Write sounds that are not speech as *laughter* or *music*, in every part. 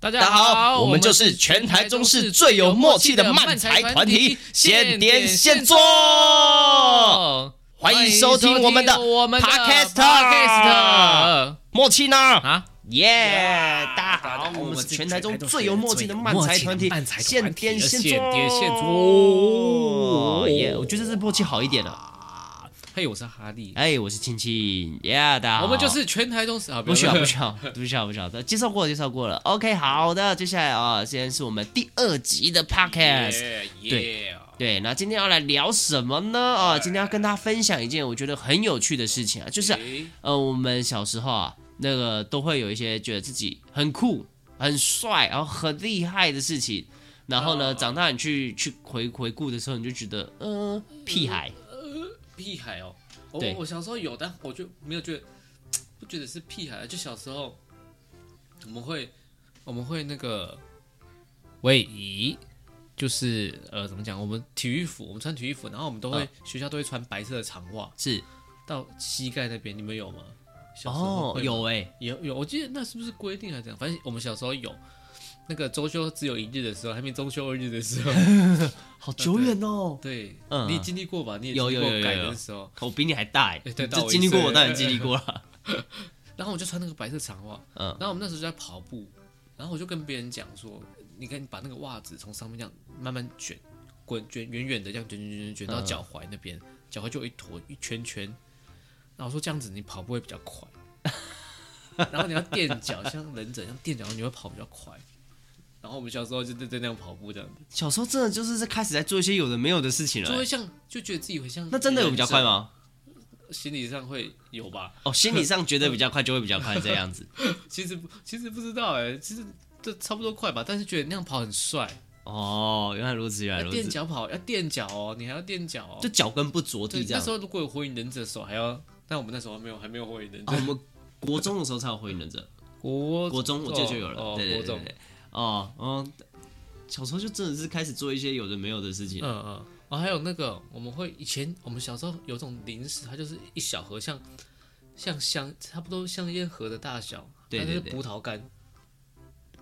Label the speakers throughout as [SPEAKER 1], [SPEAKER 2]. [SPEAKER 1] 大
[SPEAKER 2] 大家好，我们就是全台中市最有默契的漫才团体，现点现做。欢迎收听我们的
[SPEAKER 1] 我们的
[SPEAKER 2] Podcast
[SPEAKER 1] Podcast
[SPEAKER 2] 默契呢？
[SPEAKER 1] 啊，
[SPEAKER 2] 耶！大家好，我们是全台中最有默契的漫才团
[SPEAKER 1] 最有默契
[SPEAKER 2] 体
[SPEAKER 1] 的漫，才团体
[SPEAKER 2] 现点现
[SPEAKER 1] 现点现
[SPEAKER 2] 做。
[SPEAKER 1] 做
[SPEAKER 2] 耶！我觉得这默契好一点了。
[SPEAKER 1] 嘿，我是哈利，
[SPEAKER 2] 哎，我是青青，耶！大家好，
[SPEAKER 1] 我们就是全台中市啊，
[SPEAKER 2] 啊不需要，不
[SPEAKER 1] 用
[SPEAKER 2] 需要，不需要，不需要。介绍过了，介绍过了。OK，好的，接下来啊、现在是我们第二集的 Podcast。
[SPEAKER 1] 耶
[SPEAKER 2] 对
[SPEAKER 1] 耶，
[SPEAKER 2] 对，那今天要来聊什么呢？啊、今天要跟大家分享一件我觉得很有趣的事情啊，就是
[SPEAKER 1] 诶
[SPEAKER 2] 呃，我们小时候啊，那个都会有一些觉得自己很酷、很帅，然后很厉害的事情。然后呢，
[SPEAKER 1] 哦
[SPEAKER 2] 长大你去去回回顾的时候，你就觉得，嗯、屁孩。
[SPEAKER 1] 屁孩哦，我
[SPEAKER 2] 对
[SPEAKER 1] 我小时候有，但我就没有觉得，不觉得是屁孩，就小时候我们会我们会那个位移，就是呃怎么讲，我们体育服，我们穿体育服，然后我们都会、
[SPEAKER 2] 嗯
[SPEAKER 1] 学校都会穿白色的长袜
[SPEAKER 2] 是
[SPEAKER 1] 到膝盖那边，你们有吗？小时候
[SPEAKER 2] 哦，
[SPEAKER 1] 会吗
[SPEAKER 2] 有哎、
[SPEAKER 1] 有有，我记得那是不是规定还是怎样？反正我们小时候有。那个周休只有一日的时候，还没中休二日的
[SPEAKER 2] *laughs*
[SPEAKER 1] 时候，
[SPEAKER 2] 好久远哦。
[SPEAKER 1] 对，
[SPEAKER 2] 嗯
[SPEAKER 1] 你经历过吧？你也
[SPEAKER 2] 有
[SPEAKER 1] 经历
[SPEAKER 2] 有
[SPEAKER 1] 过
[SPEAKER 2] 有
[SPEAKER 1] 改
[SPEAKER 2] 有有
[SPEAKER 1] 的时候，
[SPEAKER 2] 我比你还大哎、
[SPEAKER 1] 哎对
[SPEAKER 2] 你
[SPEAKER 1] 大我
[SPEAKER 2] 这
[SPEAKER 1] 一
[SPEAKER 2] 经历过
[SPEAKER 1] 岁
[SPEAKER 2] 我当然经历过了。
[SPEAKER 1] 然后我就穿那个白色长袜，
[SPEAKER 2] 嗯
[SPEAKER 1] 然后我们那时候就在跑步，然后我就跟别人讲说，你看你把那个袜子从上面这样慢慢卷，滚卷远远的这样卷卷卷卷
[SPEAKER 2] 嗯
[SPEAKER 1] 卷到脚踝那边，脚踝就有一坨一圈圈，然后我说这样子你跑步会比较快，
[SPEAKER 2] *laughs*
[SPEAKER 1] 然后你要垫脚，像忍者一样垫脚，你会跑比较快。然后我们小时候就在在那样跑步这样子，
[SPEAKER 2] 小时候真的就是在开始在做一些有的没有的事情了
[SPEAKER 1] 就
[SPEAKER 2] 欸、
[SPEAKER 1] 会像就觉得自己会像
[SPEAKER 2] 那真的有比较快
[SPEAKER 1] 忍
[SPEAKER 2] 吗？
[SPEAKER 1] 者？心理上会有吧？
[SPEAKER 2] 哦，心理上觉得比较快就会比较快这样子。
[SPEAKER 1] 其实不其实不知道哎、其实这差不多快吧，但是觉得那样跑很帅。
[SPEAKER 2] 哦，原来如此，原来
[SPEAKER 1] 要
[SPEAKER 2] 如
[SPEAKER 1] 垫
[SPEAKER 2] 此。
[SPEAKER 1] 脚跑，要垫脚哦，你还要垫脚哦。
[SPEAKER 2] 就脚跟不着
[SPEAKER 1] 对
[SPEAKER 2] 地，这
[SPEAKER 1] 那
[SPEAKER 2] 样
[SPEAKER 1] 时。候如果有火影忍者的时候，还要，但我们那时候还没有，还没有火影忍
[SPEAKER 2] 哦，我
[SPEAKER 1] 者。
[SPEAKER 2] 们国中的时候才有火影忍者，
[SPEAKER 1] *laughs* 国
[SPEAKER 2] 国中我记得就有了。
[SPEAKER 1] 哦
[SPEAKER 2] 对对
[SPEAKER 1] 国
[SPEAKER 2] 对对
[SPEAKER 1] 中，
[SPEAKER 2] 对。哦，嗯，小时候就真的是开始做一些有的没有的事情
[SPEAKER 1] 嗯。嗯。哦，还有那个，我们会以前我们小时候有种零食，它就是一小盒，像像香，差不多像烟盒的大小，
[SPEAKER 2] 对
[SPEAKER 1] 但是
[SPEAKER 2] 对对
[SPEAKER 1] 葡萄干，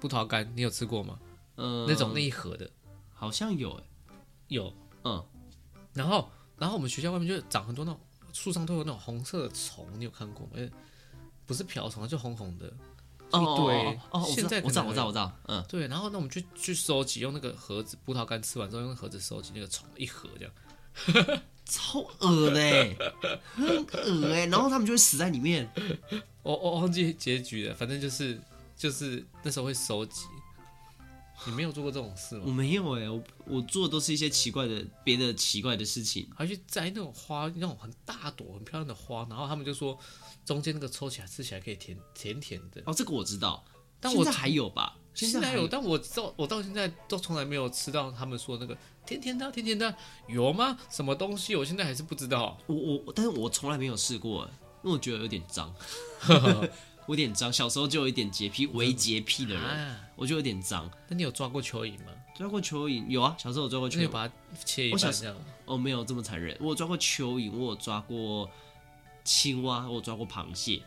[SPEAKER 1] 葡萄干，你有吃过吗？
[SPEAKER 2] 嗯，
[SPEAKER 1] 那种那一盒的
[SPEAKER 2] 好像有哎。
[SPEAKER 1] 有，
[SPEAKER 2] 嗯，
[SPEAKER 1] 然后然后我们学校外面就长很多那种树上都有那种红色的虫，你有看过吗？呃不是瓢虫，啊就红红的。
[SPEAKER 2] 哦哦
[SPEAKER 1] 对
[SPEAKER 2] 哦，哦
[SPEAKER 1] 现在
[SPEAKER 2] 我知道，我
[SPEAKER 1] 可能
[SPEAKER 2] 知道，我知道，嗯，
[SPEAKER 1] 对，然后那我们就去收集，用那个盒子葡萄干吃完之后，用盒子收集那个虫一盒这样。
[SPEAKER 2] 超恶的欸， *laughs* 很恶哎，然后他们就会死在里面。
[SPEAKER 1] 我我忘记结局了，反正就是就是那时候会收集。你没有做过这种事
[SPEAKER 2] 我
[SPEAKER 1] 吗？
[SPEAKER 2] 没有哎，我我做的都是一些奇怪的别的奇怪的事情。
[SPEAKER 1] 还去摘那种花，那种很大朵、很漂亮的花，然后他们就说中间那个抽起来吃起来可以甜甜甜的。
[SPEAKER 2] 哦，这个我知道，
[SPEAKER 1] 但
[SPEAKER 2] 现
[SPEAKER 1] 我
[SPEAKER 2] 在还有吧？
[SPEAKER 1] 现
[SPEAKER 2] 在
[SPEAKER 1] 在
[SPEAKER 2] 还
[SPEAKER 1] 有，但我到我到现在都从来没有吃到他们说那个甜甜的、甜甜的，有吗？什么东西？我现在还是不知道。
[SPEAKER 2] 我我我，但是我从来没有试过，欸因为我觉得有点
[SPEAKER 1] *laughs*
[SPEAKER 2] 脏，我有点脏。小时候就有一点洁癖，微洁癖的人，
[SPEAKER 1] 嗯啊，
[SPEAKER 2] 我就有点脏。
[SPEAKER 1] 那你有抓过蚯蚓吗？
[SPEAKER 2] 抓过蚯蚓有啊，小时候有抓过
[SPEAKER 1] 那你
[SPEAKER 2] 蚯
[SPEAKER 1] 有
[SPEAKER 2] 蚓，
[SPEAKER 1] 把它切一
[SPEAKER 2] 我小
[SPEAKER 1] 半
[SPEAKER 2] 时
[SPEAKER 1] 这样吗？
[SPEAKER 2] 哦，没有这么残忍。我有抓过蚯蚓，我有抓过青蛙，我有抓过螃蟹。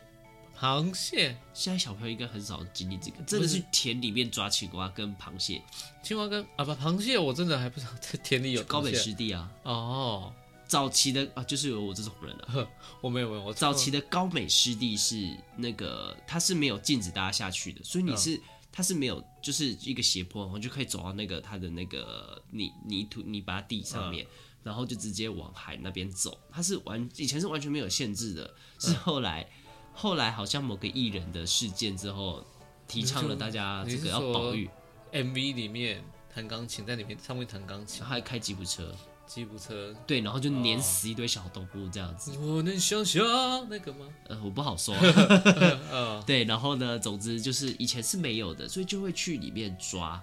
[SPEAKER 1] 螃蟹，
[SPEAKER 2] 现在小朋友应该很少经历这个，真的是田里面抓青蛙跟螃蟹，
[SPEAKER 1] 青蛙跟啊不，螃蟹我真的还不知道 *laughs* 在田里有
[SPEAKER 2] 高
[SPEAKER 1] 螃
[SPEAKER 2] 北
[SPEAKER 1] 蟹
[SPEAKER 2] 湿地啊。
[SPEAKER 1] 哦，
[SPEAKER 2] 早期的啊，就是有我这种人啊。
[SPEAKER 1] 我没有没有，我
[SPEAKER 2] 早期的高美湿地是那个，它是没有禁止大家下去的，所以
[SPEAKER 1] 嗯
[SPEAKER 2] 你是、它是没有，就是一个斜坡，然后就可以走到那个它的那个泥泥土泥巴地
[SPEAKER 1] 嗯
[SPEAKER 2] 上面，然后就直接往海那边走。它是完以前是完全没有限制的，是后来、
[SPEAKER 1] 嗯
[SPEAKER 2] 后来好像某个艺人的事件之后，提倡了大家
[SPEAKER 1] 你
[SPEAKER 2] 这
[SPEAKER 1] 是
[SPEAKER 2] 个要保育，
[SPEAKER 1] MV 里面弹钢琴，在里面上面弹钢琴
[SPEAKER 2] 然，后还开吉普车，
[SPEAKER 1] 吉普车，
[SPEAKER 2] 对，然后就碾死一堆小动物这样子。
[SPEAKER 1] 我能想象那个吗？
[SPEAKER 2] 呃，我不好
[SPEAKER 1] *laughs*
[SPEAKER 2] 说。
[SPEAKER 1] 呃
[SPEAKER 2] *laughs* 对，然后呢，总之就是以前是没有的，所以就会去里面抓。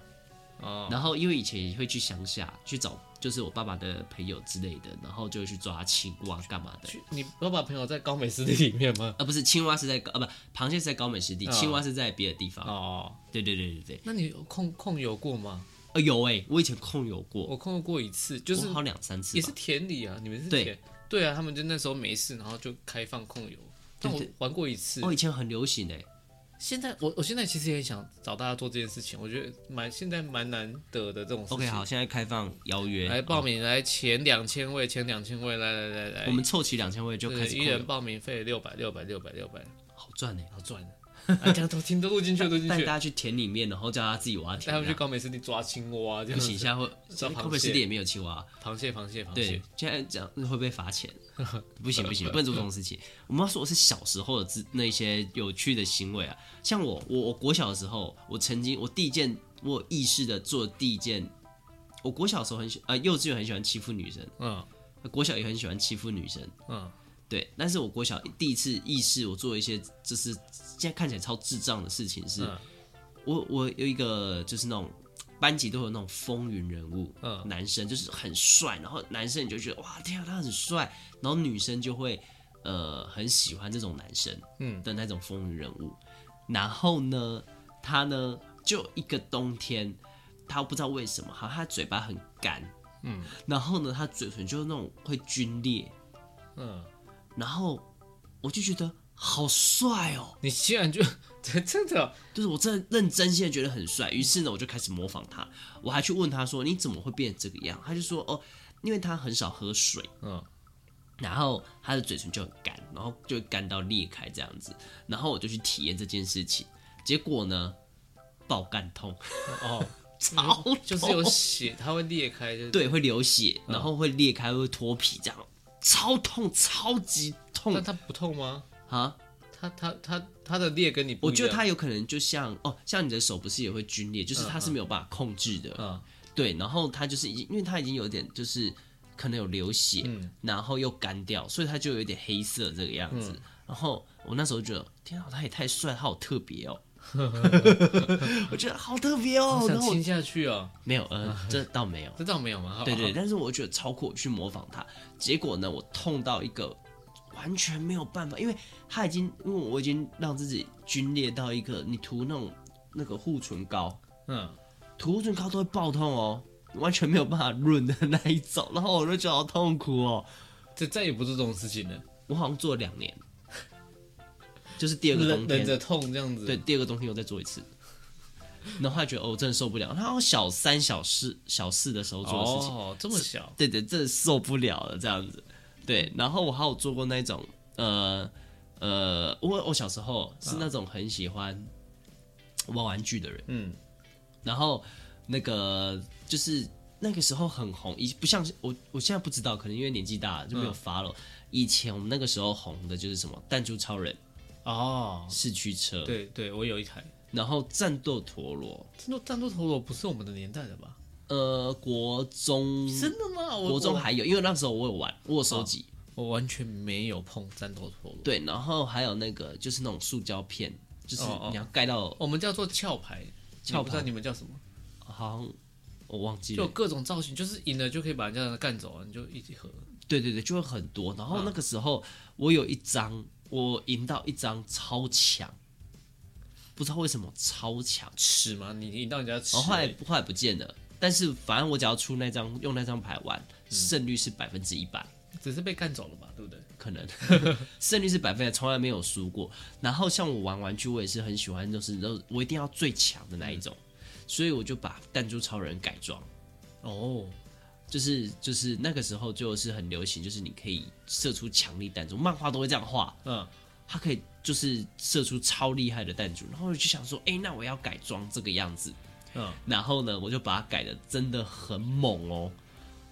[SPEAKER 1] 哦，
[SPEAKER 2] 然后因为以前也会去乡下去找，就是我爸爸的朋友之类的，然后就会去抓青蛙干嘛的。
[SPEAKER 1] 去你爸爸朋友在高美湿地里面吗？
[SPEAKER 2] 啊，不是青蛙是在高啊，不，螃蟹是在高美湿地，
[SPEAKER 1] 嗯
[SPEAKER 2] 青蛙是在别的地方。
[SPEAKER 1] 哦，
[SPEAKER 2] 对对对对对，
[SPEAKER 1] 那你有控控游过吗？
[SPEAKER 2] 呃，有哎、我以前控有过，
[SPEAKER 1] 我控游过一次，哦就是
[SPEAKER 2] 我好两三次
[SPEAKER 1] 也
[SPEAKER 2] 吧
[SPEAKER 1] 是。田里啊，你们是
[SPEAKER 2] 对
[SPEAKER 1] 田对啊，他们就那时候没事，然后就开放控游，但我
[SPEAKER 2] 对对哦
[SPEAKER 1] 玩过一次
[SPEAKER 2] 我、，以前很流行哎、
[SPEAKER 1] 现在我我现在其实也想找大家做这件事情，我觉得蛮现在蛮难得的这种事情。
[SPEAKER 2] OK，好，现在开放邀约，
[SPEAKER 1] 来报名，来前两千位，前两千位，来来来来，
[SPEAKER 2] 我们凑齐两千位就
[SPEAKER 1] 对
[SPEAKER 2] 开始
[SPEAKER 1] 一
[SPEAKER 2] 扣
[SPEAKER 1] 人
[SPEAKER 2] 了，
[SPEAKER 1] 报名费六百六百六百六百，
[SPEAKER 2] 好赚呢。
[SPEAKER 1] 好赚的，啊，这样都听都录进去都进
[SPEAKER 2] 带 *laughs*
[SPEAKER 1] 去，
[SPEAKER 2] 大
[SPEAKER 1] 带
[SPEAKER 2] 家去田里面，然后叫他自己挖田
[SPEAKER 1] 他
[SPEAKER 2] 啊，
[SPEAKER 1] 们去高美湿地抓青蛙，这
[SPEAKER 2] 不
[SPEAKER 1] 样
[SPEAKER 2] 行，
[SPEAKER 1] 子，
[SPEAKER 2] 现在会
[SPEAKER 1] 抓螃蟹
[SPEAKER 2] 会不会湿地也没有青蛙？
[SPEAKER 1] 螃蟹螃蟹螃蟹
[SPEAKER 2] 对，，现在这样会不会
[SPEAKER 1] *laughs*
[SPEAKER 2] 罚钱？不行不行，不能做这种事情。我们要说的是小时候的自那些有趣的行为啊，像我我我国小的时候，我曾经我第一件我有意识的做第一件，我国小的时候很喜呃幼稚园很喜欢欺负女生，
[SPEAKER 1] 嗯
[SPEAKER 2] 国小也很喜欢欺负女生，
[SPEAKER 1] 嗯，
[SPEAKER 2] 对。但是我国小第一次意识我做一些就是现在看起来超智障的事情是，
[SPEAKER 1] 嗯
[SPEAKER 2] 我我有一个就是那种班级都有那种风云人物，
[SPEAKER 1] 嗯
[SPEAKER 2] 男生就是很帅，然后男生你就觉得哇天啊他很帅，然后女生就会呃很喜欢这种男生，
[SPEAKER 1] 嗯
[SPEAKER 2] 的那种风云人物。然后呢，他呢就一个冬天，他不知道为什么，好像他嘴巴很干，
[SPEAKER 1] 嗯，
[SPEAKER 2] 然后呢他嘴唇就是那种会皲裂，
[SPEAKER 1] 嗯，
[SPEAKER 2] 然后我就觉得好帅哦，
[SPEAKER 1] 你居然就 *laughs* 真真的哦
[SPEAKER 2] 就是我真的认真现在觉得很帅，于是呢，我就开始模仿他。我还去问他说：“你怎么会变成这个样？”他就说：“哦，因为他很少喝水，
[SPEAKER 1] 嗯，
[SPEAKER 2] 然后他的嘴唇就很干，然后就干到裂开这样子。”然后我就去体验这件事情，结果呢，爆干痛，
[SPEAKER 1] 哦，
[SPEAKER 2] 超痛
[SPEAKER 1] 就是有嗯血，它会裂开，就是
[SPEAKER 2] 对会流血，然后会裂开，会脱皮这样，超痛，超级
[SPEAKER 1] 但
[SPEAKER 2] 痛
[SPEAKER 1] 它不痛吗？
[SPEAKER 2] 啊！
[SPEAKER 1] 它它它它的裂跟你不
[SPEAKER 2] 我
[SPEAKER 1] 一
[SPEAKER 2] 觉得
[SPEAKER 1] 样，
[SPEAKER 2] 他有可能就像哦，像你的手不是也会皲裂，就是他是没有办法控制的。
[SPEAKER 1] 嗯
[SPEAKER 2] 对，然后他就是已经，因为他已经有点就是可能有流血，
[SPEAKER 1] 嗯
[SPEAKER 2] 然后又干掉，所以他就有点黑色这个样子。
[SPEAKER 1] 嗯
[SPEAKER 2] 然后我那时候觉得，天啊，他也太帅，他好特别
[SPEAKER 1] *laughs*
[SPEAKER 2] 哦。我觉得好特别哦，
[SPEAKER 1] 想
[SPEAKER 2] 然后我
[SPEAKER 1] 亲下去哦，
[SPEAKER 2] 没有，呃，这倒没有，
[SPEAKER 1] 这倒没有吗？好
[SPEAKER 2] 对对，，啊但是我觉得超酷，我去模仿他，结果呢，我痛到一个完全没有办法，因为他已经，因为我已经让自己皲裂到一个，你涂那种那个护唇膏，
[SPEAKER 1] 嗯，
[SPEAKER 2] 涂护唇膏都会爆痛哦，完全没有办法润的那一种，然后我就觉得好痛苦哦，
[SPEAKER 1] 这再也不做这种事情了，
[SPEAKER 2] 我好像做了两年， *laughs* 就是第二个
[SPEAKER 1] 忍
[SPEAKER 2] 冬
[SPEAKER 1] 忍
[SPEAKER 2] 天，
[SPEAKER 1] 着痛这样子，
[SPEAKER 2] 对，，第二个冬天又再做一次。然后他觉得哦，我真的受不了。他好像小三、小四、小四的时候做的事情，
[SPEAKER 1] 哦，这么小，
[SPEAKER 2] 对对，真的受不了了这样子。对，然后我还有做过那种，呃呃，我我小时候是那种很喜欢玩玩具的人，
[SPEAKER 1] 嗯，
[SPEAKER 2] 然后那个就是那个时候很红，以不像是我我现在不知道，可能因为年纪大了就没有发了。以前我们那个时候红的就是什么弹珠超人、
[SPEAKER 1] 哦，
[SPEAKER 2] 四驱车，
[SPEAKER 1] 对对，我有一台，
[SPEAKER 2] 然后战斗陀螺，
[SPEAKER 1] 战斗战斗陀螺不是我们的年代的吧？
[SPEAKER 2] 呃，国中
[SPEAKER 1] 真的吗？我
[SPEAKER 2] 嗯国中还有，因为那时候我有玩，我有收集。
[SPEAKER 1] 我我完全没有碰战斗陀螺，
[SPEAKER 2] 对，然后还有那个就是那种塑胶片，就是
[SPEAKER 1] 哦哦
[SPEAKER 2] 你要盖到、
[SPEAKER 1] 我们叫做壳牌，
[SPEAKER 2] 壳牌
[SPEAKER 1] 我不知道你们叫什么，
[SPEAKER 2] 好像我忘记
[SPEAKER 1] 就有
[SPEAKER 2] 了，
[SPEAKER 1] 各种造型，就是赢了就可以把人家干走啊，你就一起合，
[SPEAKER 2] 对对对，就会很多。
[SPEAKER 1] 嗯
[SPEAKER 2] 然后那个时候我有一张，我赢到一张超强，不知道为什么超强，
[SPEAKER 1] 吃嘛，你赢到人家吃
[SPEAKER 2] 哦然后，后来后来不见了。但是反正我只要出那张用那张牌玩，
[SPEAKER 1] 嗯
[SPEAKER 2] 胜率是百分之一百，
[SPEAKER 1] 只是被干走了吧，对不对？*laughs*
[SPEAKER 2] 可能胜率是百分之，从来没有输过。然后像我玩玩具，我也是很喜欢，就是都我一定要最强的那
[SPEAKER 1] 嗯
[SPEAKER 2] 一种，所以我就把弹珠超人改装。
[SPEAKER 1] 哦，
[SPEAKER 2] 就是就是那个时候就是很流行，就是你可以射出强力弹珠，漫画都会这样画，
[SPEAKER 1] 嗯，
[SPEAKER 2] 它可以就是射出超厉害的弹珠。然后我就想说，哎、那我要改装这个样子。
[SPEAKER 1] 嗯，
[SPEAKER 2] 然后呢，我就把它改的真的很猛哦。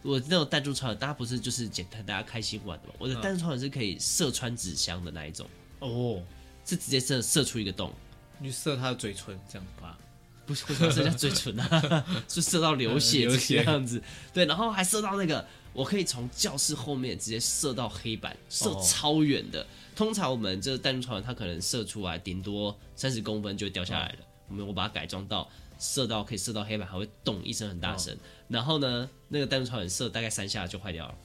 [SPEAKER 2] 我那种弹珠超人，大家不是就是简单大家开心玩的嘛？我
[SPEAKER 1] 嗯
[SPEAKER 2] 的弹珠超人是可以射穿纸箱的那一种，
[SPEAKER 1] 哦，
[SPEAKER 2] 是直接射射出一个洞，
[SPEAKER 1] 你射他的嘴唇这样吧，
[SPEAKER 2] 不是为什么射叫嘴唇啊？
[SPEAKER 1] *laughs*
[SPEAKER 2] 是射到流血
[SPEAKER 1] 嗯流血
[SPEAKER 2] 这个样子，对，然后还射到那个，我可以从教室后面直接射到黑板，射
[SPEAKER 1] 哦
[SPEAKER 2] 超远的。通常我们这个弹珠超人，它可能射出来顶多三十公分就掉下来了。我们我把它改装到射到可以射到黑板，还会动一声很大
[SPEAKER 1] 哦
[SPEAKER 2] 声。然后呢，那个弹珠超人射大概三下就坏掉了。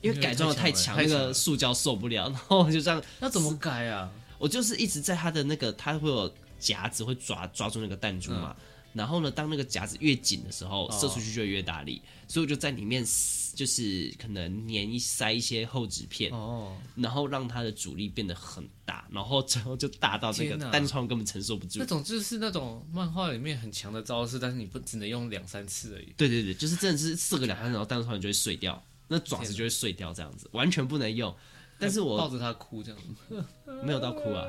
[SPEAKER 2] 因为改装的太强，
[SPEAKER 1] 太
[SPEAKER 2] 那
[SPEAKER 1] 强了
[SPEAKER 2] 个塑胶受不了，然后我就这样
[SPEAKER 1] 那怎么改啊？嗯
[SPEAKER 2] 我就是一直在他的那个，他会有夹子会抓抓住那个弹珠嘛，然后呢，当那个夹子越紧的时候，
[SPEAKER 1] 哦
[SPEAKER 2] 射出去就会越大力，所以我就在里面撕就是可能粘一塞一些厚纸片，
[SPEAKER 1] 哦，
[SPEAKER 2] 然后让它的阻力变得很大，然后最后就大到那
[SPEAKER 1] 天哪
[SPEAKER 2] 个单窗根本承受不住
[SPEAKER 1] 那。种就是那种漫画里面很强的招式，但是你不只能用两三次而已。
[SPEAKER 2] 对对对，就是真的是四个两三，然后单窗就会碎掉，那爪子就会碎掉，这样子完全不能用。但是我
[SPEAKER 1] 抱着他哭这样子，
[SPEAKER 2] 没有到哭
[SPEAKER 1] *laughs*
[SPEAKER 2] 啊。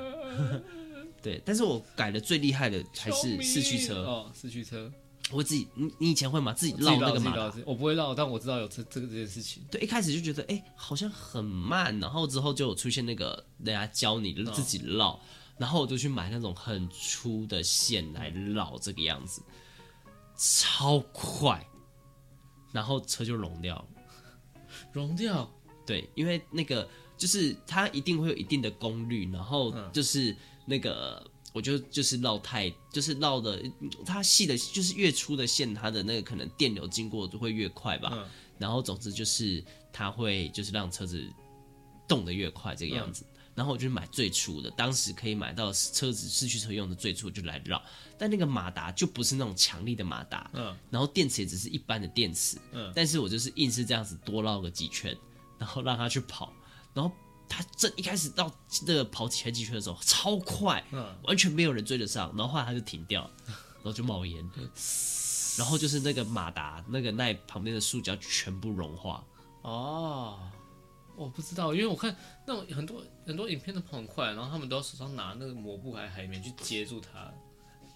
[SPEAKER 2] 对，但是我改的最厉害的还是四驱车，
[SPEAKER 1] 哦，四驱车
[SPEAKER 2] 我自己，你你以前会吗？自己绕那个
[SPEAKER 1] 自己
[SPEAKER 2] 马
[SPEAKER 1] 绕
[SPEAKER 2] 达
[SPEAKER 1] 自己绕我不会绕，但我知道有这这个这件事情。
[SPEAKER 2] 对，一开始就觉得哎、诶好像很慢，然后之后就有出现那个人家教你自己绕，然后我就去买那种很粗的线来绕这个样子，超快，然后车就融掉了。
[SPEAKER 1] 融掉，
[SPEAKER 2] 对，因为那个就是它一定会有一定的功率，然后
[SPEAKER 1] 嗯
[SPEAKER 2] 就是那个。我就就是绕太，就是绕的，它细的，就是越粗的线，它的那个可能电流经过就会越快吧。
[SPEAKER 1] 嗯
[SPEAKER 2] 然后总之就是它会就是让车子动得越快这个
[SPEAKER 1] 嗯
[SPEAKER 2] 样子。然后我就买最粗的，当时可以买到车子四驱车用的最粗就来绕，但那个马达就不是那种强力的马达，
[SPEAKER 1] 嗯，
[SPEAKER 2] 然后电池也只是一般的电池，
[SPEAKER 1] 嗯，
[SPEAKER 2] 但是我就是硬是这样子多绕个几圈，然后让它去跑，然后它正一开始到那个跑前几圈的时候超快，
[SPEAKER 1] 嗯，
[SPEAKER 2] 完全没有人追得上，然后后来它就停掉，然后就冒烟，然后就是那个马达那个那旁边的塑胶全部融化，
[SPEAKER 1] 哦，我不知道，因为我看那种很多很多影片都跑很快，然后他们都要手上拿那个抹布还海绵去接住它。